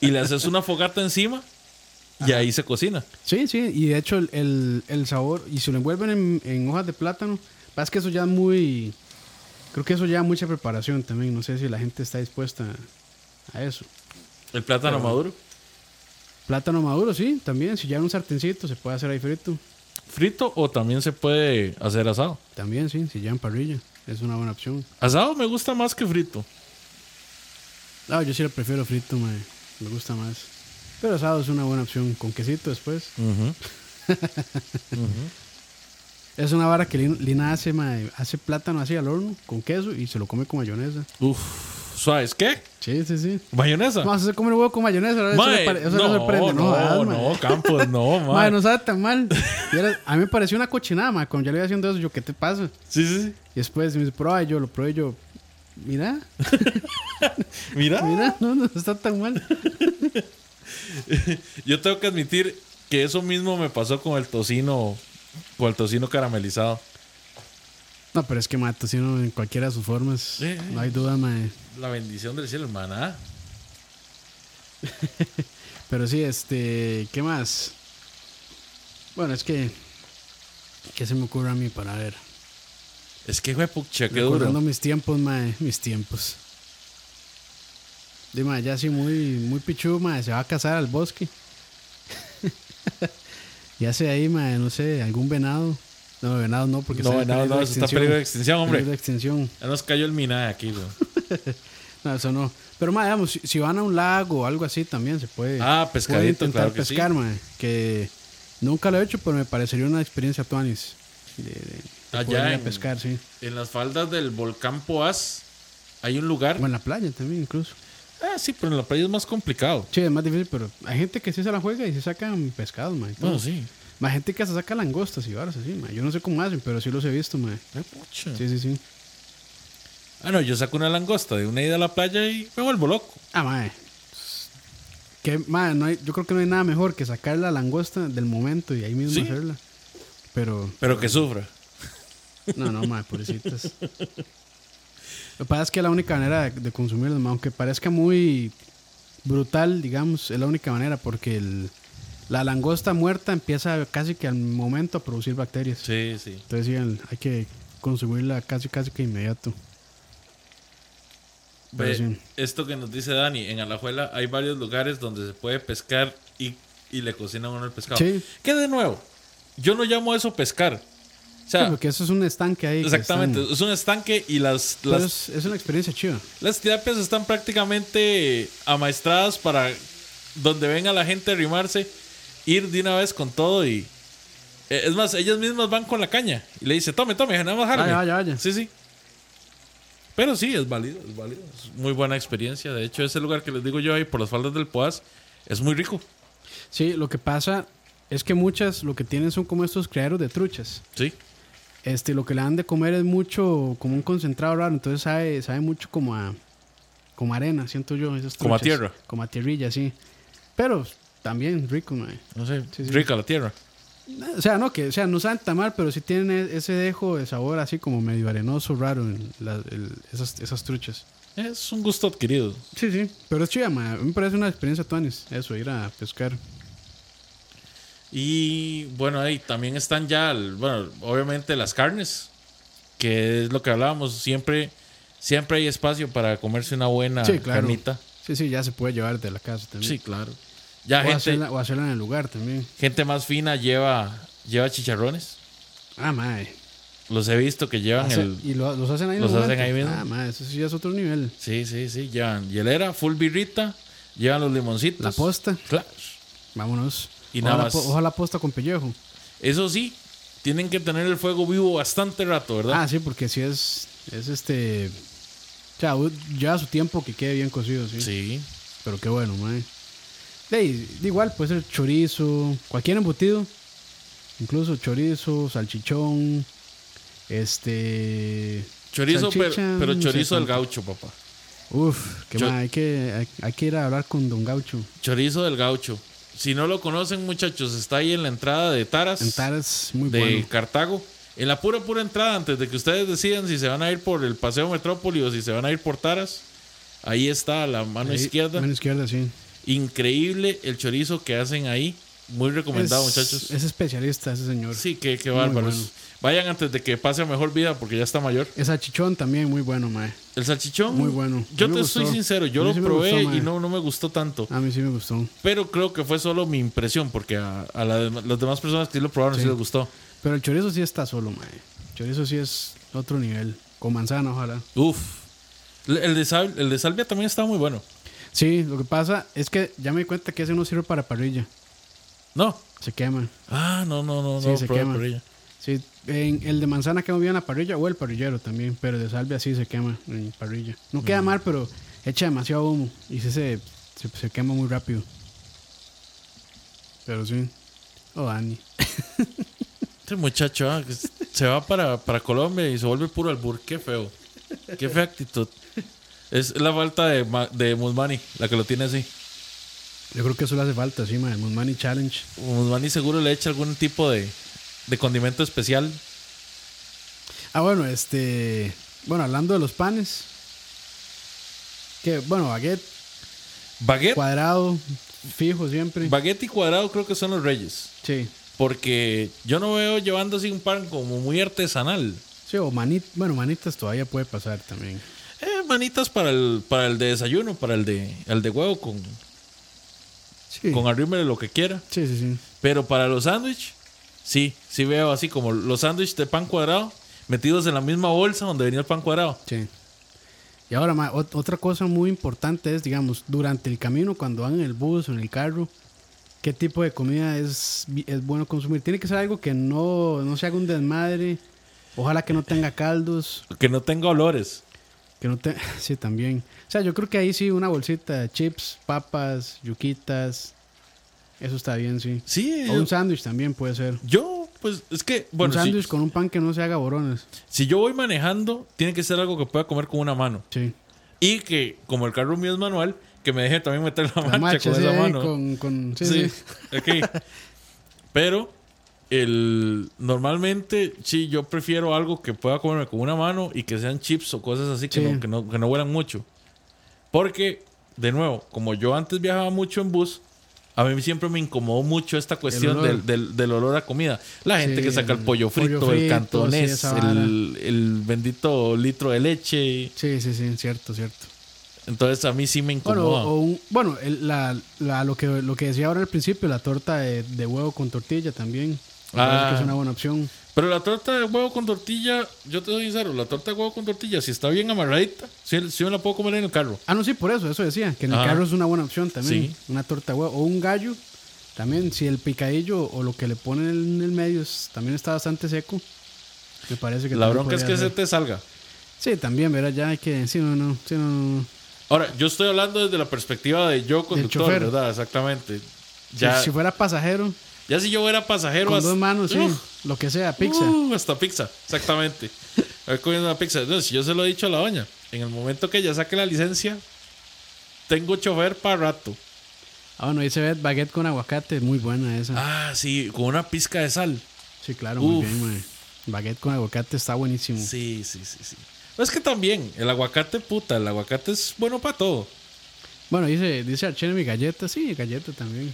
[SPEAKER 2] y le haces una fogata encima y ahí se cocina.
[SPEAKER 3] Sí, sí, y de hecho el, el- el sabor, y si lo envuelven en, en hojas de plátano, pasa que eso ya es muy, creo que eso ya mucha preparación también, no sé si la gente está dispuesta a eso.
[SPEAKER 2] El plátano maduro.
[SPEAKER 3] Plátano maduro, sí, también, si llevan un sartencito se puede hacer ahí frito,
[SPEAKER 2] Frito o también se puede hacer asado.
[SPEAKER 3] también, sí, si llevan parrilla, es una buena opción.
[SPEAKER 2] Asado me gusta más que frito.
[SPEAKER 3] Ah, yo sí lo prefiero frito, mae, me gusta más. Pero asado es una buena opción, con quesito después.
[SPEAKER 2] Ujú.
[SPEAKER 3] <laughs> Es una vara que Lin- Lina hace, mae, hace plátano así al horno, con queso, y se lo come con mayonesa.
[SPEAKER 2] Uf. ¿Sabes qué?
[SPEAKER 3] Sí, sí, sí.
[SPEAKER 2] ¿Mayonesa?
[SPEAKER 3] No, se come el huevo con mayonesa. ahora Eso,
[SPEAKER 2] Mae,
[SPEAKER 3] le pare- eso le
[SPEAKER 2] no,
[SPEAKER 3] sorprende. No,
[SPEAKER 2] no,
[SPEAKER 3] jodas,
[SPEAKER 2] no,
[SPEAKER 3] mae.
[SPEAKER 2] Campos, no, mae.
[SPEAKER 3] <laughs> Mae, no sabe tan mal. <laughs> Y era- a mí me pareció una cochinada, mae. Cuando yo le iba haciendo eso, yo, ¿qué te pasa?
[SPEAKER 2] Sí, sí, sí.
[SPEAKER 3] Y después me dice, prueba y yo, lo probé y yo. Mira,
[SPEAKER 2] Mira,
[SPEAKER 3] mira, no, no está tan mal.
[SPEAKER 2] <laughs> yo tengo que admitir que eso mismo me pasó con el tocino, con el tocino caramelizado.
[SPEAKER 3] No, pero es que mae, tocino en cualquiera de sus formas.
[SPEAKER 2] Eh, eh.
[SPEAKER 3] No hay duda, mae.
[SPEAKER 2] La bendición del cielo, hermana.
[SPEAKER 3] Pero sí, este, ¿qué más? Bueno, es que. ¿Qué se me ocurre a mí para ver?
[SPEAKER 2] Es que, güey, pucha, qué
[SPEAKER 3] Recordando
[SPEAKER 2] duro.
[SPEAKER 3] mis tiempos, mae, mis tiempos. Dime, ya sí, muy, muy pichu, mae, se va a cazar al bosque. <laughs> ya sé ahí, mae, no sé, algún venado. No, venado no, porque
[SPEAKER 2] No,
[SPEAKER 3] en
[SPEAKER 2] venado
[SPEAKER 3] peligro
[SPEAKER 2] no,
[SPEAKER 3] de
[SPEAKER 2] eso está en peligro de extinción, hombre.
[SPEAKER 3] Peligro de extinción.
[SPEAKER 2] Ya nos cayó el mina aquí, <laughs> güey.
[SPEAKER 3] No, eso no. Pero, mae, digamos, si, si van a un lago o algo así también se puede.
[SPEAKER 2] Ah,
[SPEAKER 3] puede
[SPEAKER 2] pescadito,
[SPEAKER 3] intentar
[SPEAKER 2] claro que sí.
[SPEAKER 3] pescar, mae, que nunca lo he hecho, pero me parecería una experiencia tuanis. De, de- de
[SPEAKER 2] Allá
[SPEAKER 3] poder ir a
[SPEAKER 2] en-
[SPEAKER 3] pescar, sí.
[SPEAKER 2] En las faldas del volcán Poás hay un lugar.
[SPEAKER 3] O en la playa también, incluso.
[SPEAKER 2] Ah, sí, pero en la playa es más complicado.
[SPEAKER 3] Sí, es más difícil, pero hay gente que sí se la juega y se sacan pescados, man.
[SPEAKER 2] Bueno, sí.
[SPEAKER 3] Hay gente que se saca langostas y varas así, man. Yo no sé cómo hacen, pero sí los he visto, man.
[SPEAKER 2] Ay, pucha.
[SPEAKER 3] Sí, sí, sí.
[SPEAKER 2] Ah, no, yo saco una langosta de una ida a la playa y me vuelvo loco.
[SPEAKER 3] Ah, mae. Que, mae, no hay- yo creo que no hay nada mejor que sacar la langosta del momento y ahí mismo
[SPEAKER 2] Sí.
[SPEAKER 3] hacerla. Pero,
[SPEAKER 2] Pero que sufra.
[SPEAKER 3] no, no,
[SPEAKER 2] <laughs>
[SPEAKER 3] mae, pobrecitas. Lo que pasa es que la única manera de, de consumirlos, mae, aunque parezca muy brutal, digamos, es la única manera porque el- la langosta muerta empieza casi que al momento a producir bacterias.
[SPEAKER 2] Sí, sí.
[SPEAKER 3] Entonces sí, el- hay que consumirla casi casi que inmediato. Pero
[SPEAKER 2] Ve,
[SPEAKER 3] sí.
[SPEAKER 2] Esto que nos dice Dani, en Alajuela hay varios lugares donde se puede pescar y, y le cocinan a uno el pescado.
[SPEAKER 3] Sí.
[SPEAKER 2] Que de nuevo, yo no llamo eso pescar. O sea,
[SPEAKER 3] Sí, porque eso es un estanque ahí. que
[SPEAKER 2] exactamente,
[SPEAKER 3] están-
[SPEAKER 2] es un estanque y las,
[SPEAKER 3] pero
[SPEAKER 2] las,
[SPEAKER 3] es, es una experiencia chida.
[SPEAKER 2] las terapias están prácticamente amaestradas para donde venga la gente a rimarse, ir de una vez con todo y... eh, Es más, ellas mismas van con la caña y le dice, tome, tome, nada más jale".
[SPEAKER 3] Vaya, vaya, vaya.
[SPEAKER 2] Sí, sí. Pero sí, es válido, es válido. Es muy buena experiencia. De hecho, ese lugar que les digo yo ahí por las faldas del Poás es muy rico.
[SPEAKER 3] Sí, lo que pasa es que muchas lo que tienen son como estos criaderos de truchas.
[SPEAKER 2] Sí.
[SPEAKER 3] Este, lo que le dan de comer es mucho como un concentrado raro, entonces sabe, sabe mucho como a como arena, siento yo. esas
[SPEAKER 2] Como a
[SPEAKER 3] truchas.
[SPEAKER 2] tierra.
[SPEAKER 3] Como a tierrilla, sí. Pero también rico, mae.
[SPEAKER 2] No sé,
[SPEAKER 3] Sí, sí.
[SPEAKER 2] rica la tierra.
[SPEAKER 3] O sea, no, que, o sea, no saben tan mal, pero sí tienen e- ese dejo de sabor así como medio arenoso, raro, en la- el- esas, esas truchas.
[SPEAKER 2] Es un gusto adquirido.
[SPEAKER 3] Sí, sí, pero es chida, ma. A mí me parece una experiencia tuanis, eso, ir a pescar.
[SPEAKER 2] Y bueno, ahí también están ya, el- bueno, obviamente las carnes, que es lo que hablábamos. Siempre, siempre hay espacio para comerse una buena
[SPEAKER 3] sí, claro.
[SPEAKER 2] Ah, carnita.
[SPEAKER 3] Sí, sí, ya se puede llevar de la casa también.
[SPEAKER 2] Sí, claro. Ya
[SPEAKER 3] o,
[SPEAKER 2] gente,
[SPEAKER 3] hacerla, o hacerla en el lugar también.
[SPEAKER 2] gente más fina lleva, lleva chicharrones.
[SPEAKER 3] Ah, mae.
[SPEAKER 2] Los he visto que llevan
[SPEAKER 3] Hace-
[SPEAKER 2] Ah, el...
[SPEAKER 3] y lo- los hacen ahí en el
[SPEAKER 2] los
[SPEAKER 3] momento.
[SPEAKER 2] hacen ahí mismo.
[SPEAKER 3] Ah, mae, eso sí es otro nivel.
[SPEAKER 2] Sí, sí, sí. Llevan hielera, full birrita, llevan los limoncitos.
[SPEAKER 3] La posta,
[SPEAKER 2] Claro.
[SPEAKER 3] vámonos.
[SPEAKER 2] Y nada
[SPEAKER 3] Ojalá
[SPEAKER 2] más.
[SPEAKER 3] po- Ojalá posta con pellejo.
[SPEAKER 2] Eso sí, tienen que tener el fuego vivo bastante rato, ¿verdad?
[SPEAKER 3] Ah, sí, porque si es, es este... O sea, u- lleva su tiempo que quede bien cocido, sí.
[SPEAKER 2] sí.
[SPEAKER 3] Pero qué bueno, mae. De, ahí, de igual, puede ser chorizo, cualquier embutido. Incluso chorizo, salchichón, este...
[SPEAKER 2] Chorizo, pero,
[SPEAKER 3] salchicha,
[SPEAKER 2] pero
[SPEAKER 3] no sé
[SPEAKER 2] chorizo del
[SPEAKER 3] cuánto.
[SPEAKER 2] gaucho, papá.
[SPEAKER 3] Uf, que
[SPEAKER 2] Yo-
[SPEAKER 3] ma, hay que, hay, hay que ir a hablar con Don Gaucho.
[SPEAKER 2] Chorizo del gaucho. Si no lo conocen, muchachos, está ahí en la entrada de Taras.
[SPEAKER 3] En Taras, muy
[SPEAKER 2] de
[SPEAKER 3] bueno.
[SPEAKER 2] Cartago. En la pura, pura entrada, antes de que ustedes decidan si se van a ir por el Paseo Metrópoli o si se van a ir por Taras, ahí está a la mano
[SPEAKER 3] Ahí,
[SPEAKER 2] izquierda.
[SPEAKER 3] Mano izquierda, sí.
[SPEAKER 2] Increíble el chorizo que hacen ahí. Muy recomendado,
[SPEAKER 3] Es-
[SPEAKER 2] muchachos.
[SPEAKER 3] Es especialista ese señor.
[SPEAKER 2] sí, qué, qué
[SPEAKER 3] muy
[SPEAKER 2] bárbaros.
[SPEAKER 3] bueno.
[SPEAKER 2] Vayan antes de que pase a mejor vida porque ya está mayor.
[SPEAKER 3] El salchichón también, muy bueno, mae.
[SPEAKER 2] El salchichón.
[SPEAKER 3] Muy bueno. A
[SPEAKER 2] Yo
[SPEAKER 3] mí me
[SPEAKER 2] te soy
[SPEAKER 3] gustó.
[SPEAKER 2] sincero, yo
[SPEAKER 3] A mí
[SPEAKER 2] lo
[SPEAKER 3] sí me
[SPEAKER 2] probé
[SPEAKER 3] gustó, mae.
[SPEAKER 2] y no, no me gustó tanto.
[SPEAKER 3] A mí sí me gustó.
[SPEAKER 2] Pero creo que fue solo mi impresión porque a, a la dem- las demás personas que sí lo probaron sí,
[SPEAKER 3] Sí.
[SPEAKER 2] les gustó.
[SPEAKER 3] Pero el chorizo sí está solo, mae. El chorizo sí es otro nivel. Con manzana, ojalá.
[SPEAKER 2] Uf. Le- El de, sal- el de salvia también está muy bueno.
[SPEAKER 3] Sí, lo que pasa es que ya me di cuenta que ese no sirve para parrilla.
[SPEAKER 2] No.
[SPEAKER 3] Se quema.
[SPEAKER 2] Ah, no, no, no,
[SPEAKER 3] Sí,
[SPEAKER 2] no.
[SPEAKER 3] se
[SPEAKER 2] probé
[SPEAKER 3] quema.
[SPEAKER 2] parrilla.
[SPEAKER 3] Sí, en el de manzana quema bien la parrilla o el parrillero también, pero el de salvia sí se quema en parrilla.
[SPEAKER 2] Mm.
[SPEAKER 3] No queda mal, pero echa demasiado humo y sí se, se, se quema muy rápido. Pero sí. Oh, Dani.
[SPEAKER 2] Este muchacho ah, que <laughs> s- se va para, para Colombia y se vuelve puro albur. Qué feo. Qué fea actitud. Es la falta de, Ma- de Musmani, la que lo tiene así.
[SPEAKER 3] Yo creo que eso le hace falta, sí, man. El Musmani Challenge.
[SPEAKER 2] Musmani seguro le echa algún tipo de, de condimento especial.
[SPEAKER 3] Ah, bueno, este. Bueno, hablando de los panes. Que, bueno, baguette,
[SPEAKER 2] Baguette,
[SPEAKER 3] cuadrado, fijo siempre.
[SPEAKER 2] baguette y cuadrado creo que son los reyes.
[SPEAKER 3] sí.
[SPEAKER 2] Porque yo no veo llevando así un pan como muy artesanal.
[SPEAKER 3] Sí, o manitas. Bueno, manitas todavía puede pasar también.
[SPEAKER 2] Eh, manitas para el, para el de desayuno, para el de, el de huevo con,
[SPEAKER 3] Sí.
[SPEAKER 2] con arrímele lo que quiera.
[SPEAKER 3] Sí, sí, sí.
[SPEAKER 2] Pero para los sándwiches, sí, sí veo así como los sándwiches de pan cuadrado metidos en la misma bolsa donde venía el pan cuadrado.
[SPEAKER 3] Sí. Y ahora, ma, ot- otra cosa muy importante es, digamos, durante el camino, cuando van en el bus o en el carro, ¿qué tipo de comida es, vi- es bueno consumir? Tiene que ser algo que no, no se haga un desmadre. Ojalá que no tenga caldos,
[SPEAKER 2] Que no tenga olores.
[SPEAKER 3] que no te... <laughs> Sí, también. O sea, yo creo que ahí sí una bolsita de chips, papas, yuquitas. Eso está bien, sí.
[SPEAKER 2] Sí,
[SPEAKER 3] O un sándwich también puede ser.
[SPEAKER 2] yo, pues es que, bueno,
[SPEAKER 3] un sándwich
[SPEAKER 2] si,
[SPEAKER 3] con un pan que no se haga borones.
[SPEAKER 2] si yo voy manejando, tiene que ser algo que pueda comer con una mano.
[SPEAKER 3] Sí.
[SPEAKER 2] Y que, como el carro mío es manual, que me deje también meter la,
[SPEAKER 3] La
[SPEAKER 2] mancha,
[SPEAKER 3] marcha,
[SPEAKER 2] con
[SPEAKER 3] sí,
[SPEAKER 2] Ah, esa
[SPEAKER 3] ahí,
[SPEAKER 2] mano.
[SPEAKER 3] con- con- sí,
[SPEAKER 2] Sí,
[SPEAKER 3] sí.
[SPEAKER 2] ok. Pero el normalmente, sí, yo prefiero algo que pueda comerme con una mano y que sean chips o cosas así que,
[SPEAKER 3] Sí.
[SPEAKER 2] no, que, no, que no huelan mucho. Porque, de nuevo, como yo antes viajaba mucho en bus, a mí siempre me incomodó mucho esta cuestión
[SPEAKER 3] olor.
[SPEAKER 2] del, del- del olor a comida. La gente
[SPEAKER 3] Sí,
[SPEAKER 2] que saca el
[SPEAKER 3] el
[SPEAKER 2] pollo
[SPEAKER 3] pollo
[SPEAKER 2] frito, el
[SPEAKER 3] frito,
[SPEAKER 2] cantonés,
[SPEAKER 3] sí, esa vara.
[SPEAKER 2] el, el bendito litro de leche.
[SPEAKER 3] Sí, sí, sí, cierto, cierto.
[SPEAKER 2] Entonces a mí sí me
[SPEAKER 3] Bueno,
[SPEAKER 2] incomoda.
[SPEAKER 3] o un- bueno el- la, la- lo, que, lo que decía ahora al principio, la torta de, de huevo con tortilla también. Me parece
[SPEAKER 2] Ah.
[SPEAKER 3] que es una buena opción.
[SPEAKER 2] Pero la torta de huevo con tortilla, yo te soy sincero, la torta de huevo con tortilla, si está bien amarradita, sí, sí me la puedo comer en el carro.
[SPEAKER 3] Ah, no, sí, por eso, eso decía, que en el
[SPEAKER 2] Ajá.
[SPEAKER 3] carro es una buena opción también.
[SPEAKER 2] Sí.
[SPEAKER 3] Una torta de huevo o un gallo. También, si el picadillo o lo que le ponen en el medio es- también está bastante seco, me parece que
[SPEAKER 2] La
[SPEAKER 3] también
[SPEAKER 2] bronca es que
[SPEAKER 3] podría
[SPEAKER 2] se
[SPEAKER 3] ser.
[SPEAKER 2] te salga.
[SPEAKER 3] Sí, también, verá, ya hay que... Sí, no, no, sí, no, no, no.
[SPEAKER 2] Ahora, yo estoy hablando desde la perspectiva de yo conductor,
[SPEAKER 3] chofer.
[SPEAKER 2] ¿verdad? Exactamente. Ya,
[SPEAKER 3] Si, si fuera pasajero,
[SPEAKER 2] ya si yo era pasajero...
[SPEAKER 3] con
[SPEAKER 2] hasta-
[SPEAKER 3] dos manos, sí,
[SPEAKER 2] Uf,
[SPEAKER 3] lo que sea, pizza.
[SPEAKER 2] uh, hasta pizza, exactamente.
[SPEAKER 3] <laughs>
[SPEAKER 2] A ver, comiendo una pizza. No, si yo se lo he dicho a la doña, en el momento que ella saque la licencia, tengo chofer para rato.
[SPEAKER 3] Ah, bueno, ahí se ve baguette con aguacate, muy buena esa.
[SPEAKER 2] Ah, sí, con una pizca de sal.
[SPEAKER 3] Sí, claro,
[SPEAKER 2] Uf.
[SPEAKER 3] muy bien, mae. Baguette con aguacate está buenísimo.
[SPEAKER 2] Sí, sí, sí, sí. No, es que también, el aguacate, puta, el aguacate es bueno para todo.
[SPEAKER 3] Bueno, dice, dice Archene mi galleta, sí, galleta también.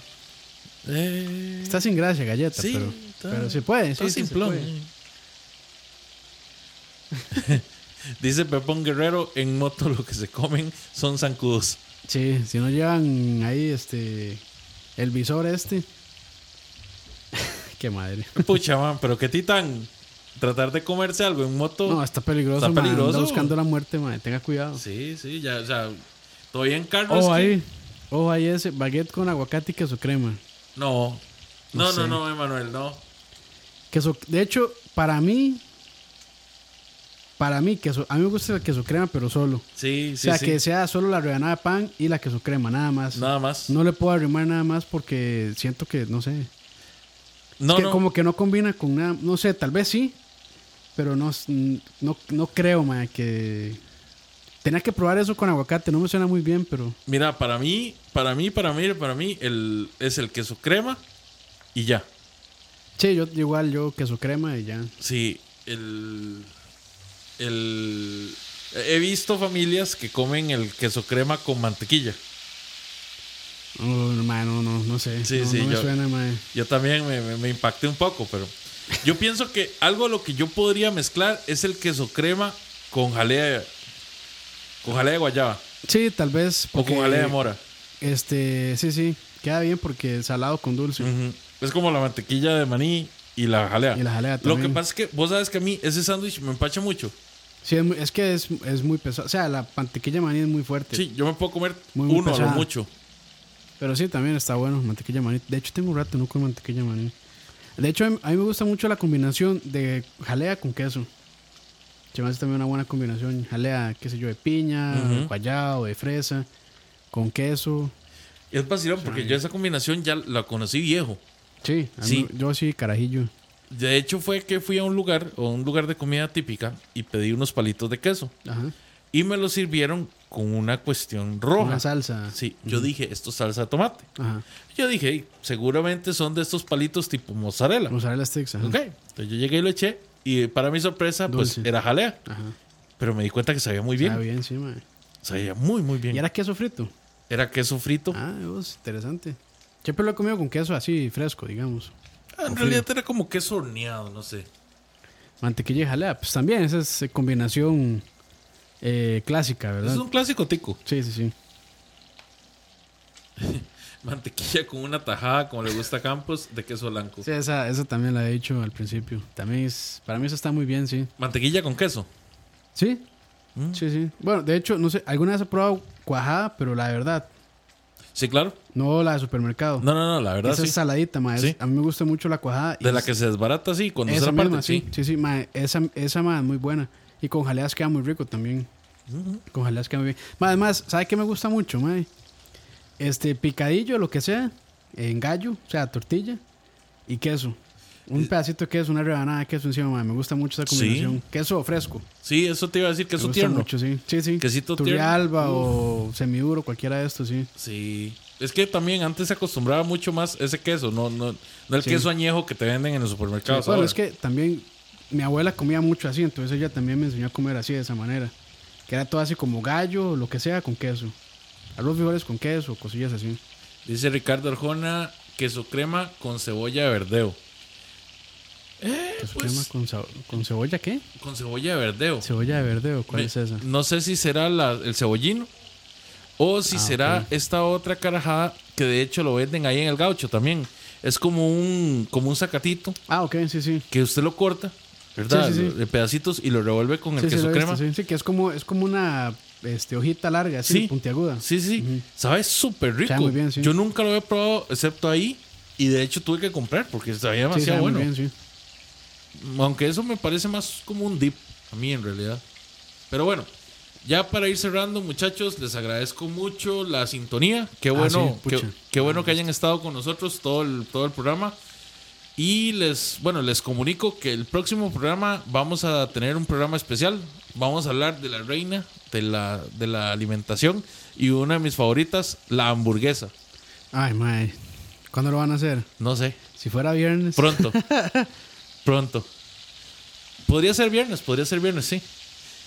[SPEAKER 2] Eh,
[SPEAKER 3] Está sin gracia galleta,
[SPEAKER 2] sí,
[SPEAKER 3] pero,
[SPEAKER 2] está-
[SPEAKER 3] pero se puede,
[SPEAKER 2] está
[SPEAKER 3] sí, sí, se
[SPEAKER 2] simplón.
[SPEAKER 3] puede.
[SPEAKER 2] <laughs> Dice Pepón Guerrero, en moto lo que se comen son zancudos.
[SPEAKER 3] Sí, si no llevan ahí este el visor este. <laughs> Qué madre.
[SPEAKER 2] Pucha, man, pero qué titán. Tratar de comerse algo en moto.
[SPEAKER 3] No, está peligroso,
[SPEAKER 2] Está
[SPEAKER 3] mae, anda
[SPEAKER 2] peligroso.
[SPEAKER 3] buscando la muerte, madre, tenga cuidado.
[SPEAKER 2] Sí, sí, ya, o sea, todavía en carros.
[SPEAKER 3] Ojo Oh, ahí. Ojo ahí ese baguette con aguacate y queso crema.
[SPEAKER 2] No. No, no,
[SPEAKER 3] No sé.
[SPEAKER 2] no, Emanuel, no.
[SPEAKER 3] Queso, de hecho, para mí para mí queso, a mí me gusta el queso crema pero solo.
[SPEAKER 2] Sí, sí,
[SPEAKER 3] o sea,
[SPEAKER 2] sí.
[SPEAKER 3] que sea solo la rebanada de pan y la queso crema, nada más.
[SPEAKER 2] Nada más.
[SPEAKER 3] No le puedo arrimar nada más porque siento que, no sé.
[SPEAKER 2] No,
[SPEAKER 3] que
[SPEAKER 2] no.
[SPEAKER 3] como que no combina con nada. No sé, tal vez sí. Pero no, s- no, no creo, ma, que. Tenía que probar eso con aguacate. No me suena muy bien, pero.
[SPEAKER 2] Mira, para mí, para mí, para mí, para mí, el, es el queso crema y ya.
[SPEAKER 3] Che, yo igual, yo queso crema y ya.
[SPEAKER 2] Sí, el, el... He visto familias que comen el queso crema con mantequilla.
[SPEAKER 3] No, no, ma, no, no, no sé.
[SPEAKER 2] Sí,
[SPEAKER 3] no,
[SPEAKER 2] sí,
[SPEAKER 3] no me
[SPEAKER 2] yo-
[SPEAKER 3] suena, ma.
[SPEAKER 2] Yo también me, me- me impacté un poco, pero yo pienso que algo a lo que yo podría mezclar es el queso crema con jalea, con jalea de guayaba
[SPEAKER 3] Sí, tal vez.
[SPEAKER 2] o
[SPEAKER 3] Porque,
[SPEAKER 2] con jalea de mora.
[SPEAKER 3] Este, sí, sí. Queda bien porque salado con dulce.
[SPEAKER 2] Ujú. Es como la mantequilla de maní y la jalea.
[SPEAKER 3] Y la jalea
[SPEAKER 2] Lo que
[SPEAKER 3] también.
[SPEAKER 2] pasa es que vos sabes que a mí ese sándwich me empacha mucho.
[SPEAKER 3] Sí, es, muy- es que es, es muy pesado. O sea, la mantequilla de maní es muy fuerte.
[SPEAKER 2] Sí, yo me puedo comer
[SPEAKER 3] Muy, muy
[SPEAKER 2] uno a lo
[SPEAKER 3] pesada.
[SPEAKER 2] mucho.
[SPEAKER 3] Pero sí, también está bueno, mantequilla de maní. De hecho, tengo un rato no con mantequilla de maní. De hecho, a mí- a mí me gusta mucho la combinación de jalea con queso. Se me hace también una buena combinación. Jalea, qué sé yo, de piña, de guayaba, o de fresa, con queso.
[SPEAKER 2] Es vacilón porque yo esa combinación ya la conocí viejo.
[SPEAKER 3] Sí, a mí-
[SPEAKER 2] Sí.
[SPEAKER 3] yo sí, carajillo.
[SPEAKER 2] De hecho fue que fui a un lugar, o un lugar de comida típica, y pedí unos palitos de queso.
[SPEAKER 3] Ajá.
[SPEAKER 2] Y me lo sirvieron con una cuestión roja.
[SPEAKER 3] Una salsa.
[SPEAKER 2] Sí, yo dije, esto es salsa de tomate.
[SPEAKER 3] Ajá.
[SPEAKER 2] Yo dije, "Ey, seguramente son de estos palitos tipo mozzarella.
[SPEAKER 3] Mozzarella sticks, ajá.
[SPEAKER 2] Ok, entonces yo llegué y lo eché. Y para mi sorpresa, pues
[SPEAKER 3] Dulce.
[SPEAKER 2] era jalea.
[SPEAKER 3] Ajá.
[SPEAKER 2] Pero me di cuenta que sabía muy bien.
[SPEAKER 3] Está bien, sí, mae.
[SPEAKER 2] Sabía muy, muy bien.
[SPEAKER 3] ¿Y
[SPEAKER 2] Era,
[SPEAKER 3] era queso frito?
[SPEAKER 2] queso frito.
[SPEAKER 3] Ah, es interesante. Siempre lo he comido con queso así, fresco, digamos.
[SPEAKER 2] Ah, en realidad era como queso horneado, no sé.
[SPEAKER 3] Mantequilla y jalea, pues también, esa es eh, combinación eh, clásica, ¿verdad?
[SPEAKER 2] Es un clásico tico.
[SPEAKER 3] Sí, sí, sí.
[SPEAKER 2] Mantequilla con una tajada, como le gusta a Campos, de queso blanco.
[SPEAKER 3] Sí, esa, esa también la he dicho al principio. También es, para mí eso está muy bien, sí.
[SPEAKER 2] Mantequilla con queso.
[SPEAKER 3] Sí,
[SPEAKER 2] Mm.
[SPEAKER 3] sí, sí. Bueno, de hecho, no sé, alguna vez he probado cuajada, pero la de verdad,
[SPEAKER 2] Sí, claro.
[SPEAKER 3] no la de supermercado.
[SPEAKER 2] No, no, no, la verdad
[SPEAKER 3] Oh. esa
[SPEAKER 2] sí.
[SPEAKER 3] es saladita, ma. es-
[SPEAKER 2] Sí.
[SPEAKER 3] A mí me gusta mucho la cuajada. y
[SPEAKER 2] De la
[SPEAKER 3] es-
[SPEAKER 2] que se desbarata, sí, cuando se
[SPEAKER 3] Esa
[SPEAKER 2] la parte,
[SPEAKER 3] misma, sí.
[SPEAKER 2] sí.
[SPEAKER 3] Sí, sí, ma, esa, esa ma, es muy buena. Y con jaleas queda muy rico también. Con jaleas queda muy bien. Ma, además, ¿sabe qué me gusta mucho, ma? Este picadillo, lo que sea, en gallo, o sea, tortilla y queso. Un pedacito de queso, una rebanada de queso encima, ma. Me gusta mucho esa
[SPEAKER 2] Eh, Sí.
[SPEAKER 3] combinación. Queso fresco.
[SPEAKER 2] Sí, eso te iba a decir,
[SPEAKER 3] me
[SPEAKER 2] queso
[SPEAKER 3] gusta
[SPEAKER 2] tierno.
[SPEAKER 3] mucho, sí. Sí, sí.
[SPEAKER 2] Quesito
[SPEAKER 3] Turrialba o semiduro, cualquiera de estos, sí.
[SPEAKER 2] Sí. Es que también antes se acostumbraba mucho más ese queso, no, no, no el
[SPEAKER 3] Sí.
[SPEAKER 2] queso añejo que te venden en los supermercados.
[SPEAKER 3] bueno,
[SPEAKER 2] ahora.
[SPEAKER 3] es que también mi abuela comía mucho así, entonces ella también me enseñó a comer así, de esa manera. Que era todo así como gallo, lo que sea, con queso. Arroz frijoles con queso, cosillas así.
[SPEAKER 2] Dice Ricardo Arjona, queso crema con cebolla de verdeo. Eh,
[SPEAKER 3] Queso
[SPEAKER 2] pues,
[SPEAKER 3] crema
[SPEAKER 2] con...
[SPEAKER 3] con, sa- con cebolla, ¿qué?
[SPEAKER 2] cebolla de verdeo.
[SPEAKER 3] ¿Cebolla de verde o cuál
[SPEAKER 2] Me-
[SPEAKER 3] es esa?
[SPEAKER 2] No sé si será la- el cebollino o si
[SPEAKER 3] Ah,
[SPEAKER 2] será
[SPEAKER 3] ok.
[SPEAKER 2] esta otra carajada que de hecho lo venden ahí en el gaucho también. Es como un, como un sacatito
[SPEAKER 3] Ah, ok, sí, sí.
[SPEAKER 2] que usted lo corta, ¿verdad?
[SPEAKER 3] Sí, sí, sí.
[SPEAKER 2] De pedacitos y lo revuelve con el
[SPEAKER 3] Sí, sí,
[SPEAKER 2] queso
[SPEAKER 3] lo he visto,
[SPEAKER 2] crema.
[SPEAKER 3] sí. Sí, que es como, es como una este, hojita larga, así,
[SPEAKER 2] Sí.
[SPEAKER 3] puntiaguda.
[SPEAKER 2] Sí, sí, sí. Sabe súper rico.
[SPEAKER 3] Sabe muy bien, sí.
[SPEAKER 2] Yo nunca lo había probado excepto ahí. Y de hecho tuve que comprar porque sabía
[SPEAKER 3] Sí,
[SPEAKER 2] demasiado
[SPEAKER 3] sabe muy
[SPEAKER 2] bueno.
[SPEAKER 3] bien, sí.
[SPEAKER 2] Aunque eso me parece más como un dip a mí en realidad. Pero bueno, ya para ir cerrando, muchachos, les agradezco mucho la sintonía. Qué bueno,
[SPEAKER 3] Ah, sí, pucha. Ah,
[SPEAKER 2] qué, qué bueno que hayan estado con nosotros todo el, todo el programa. Y les, bueno, les comunico que el próximo programa vamos a tener un programa especial. Vamos a hablar de la reina de la, de la alimentación y una de mis favoritas, la hamburguesa.
[SPEAKER 3] Ay, mae. ¿Cuándo lo van a hacer?
[SPEAKER 2] No sé,
[SPEAKER 3] Si fuera viernes. <laughs>
[SPEAKER 2] pronto. pronto. Podría ser viernes, podría ser viernes, sí.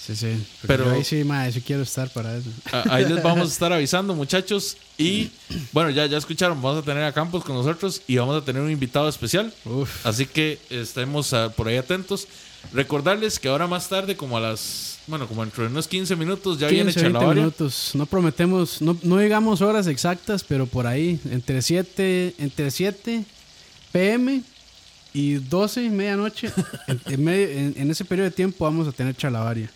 [SPEAKER 3] Sí, sí.
[SPEAKER 2] Pero-
[SPEAKER 3] Pero ahí sí, mae, sí quiero estar para eso.
[SPEAKER 2] Ah, Ahí les vamos a estar avisando, muchachos. Y bueno, ya, ya escucharon, vamos a tener a Campos con nosotros y vamos a tener un invitado especial.
[SPEAKER 3] Uf.
[SPEAKER 2] Así que estemos ah, por ahí atentos. Recordarles que ahora más tarde, como a las, bueno, como entre unos 15 minutos, ya viene
[SPEAKER 3] 15, 20
[SPEAKER 2] Chalabaria.
[SPEAKER 3] minutos. No prometemos, no, no digamos horas exactas, pero por ahí, entre 7, entre 7 pm y 12 y medianoche, en, en medio- en- en ese periodo de tiempo vamos a tener chalabaria.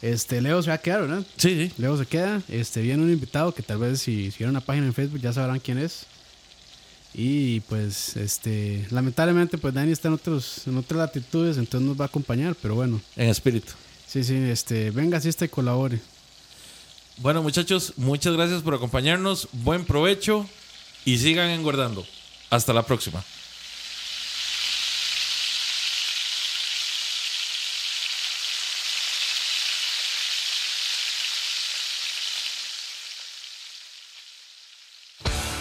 [SPEAKER 3] Este, Leo se va a quedar, ¿verdad?
[SPEAKER 2] Sí, sí.
[SPEAKER 3] Leo se queda. Este, viene un invitado que tal vez si siguieron la página en Facebook ya sabrán quién es. Y pues, este, lamentablemente, pues Dani está en, otros, en otras latitudes, entonces nos va a acompañar, pero bueno.
[SPEAKER 2] En espíritu.
[SPEAKER 3] Sí, sí, este, venga, asista y colabore.
[SPEAKER 2] Bueno, muchachos, muchas gracias por acompañarnos. Buen provecho y sigan engordando. Hasta la próxima.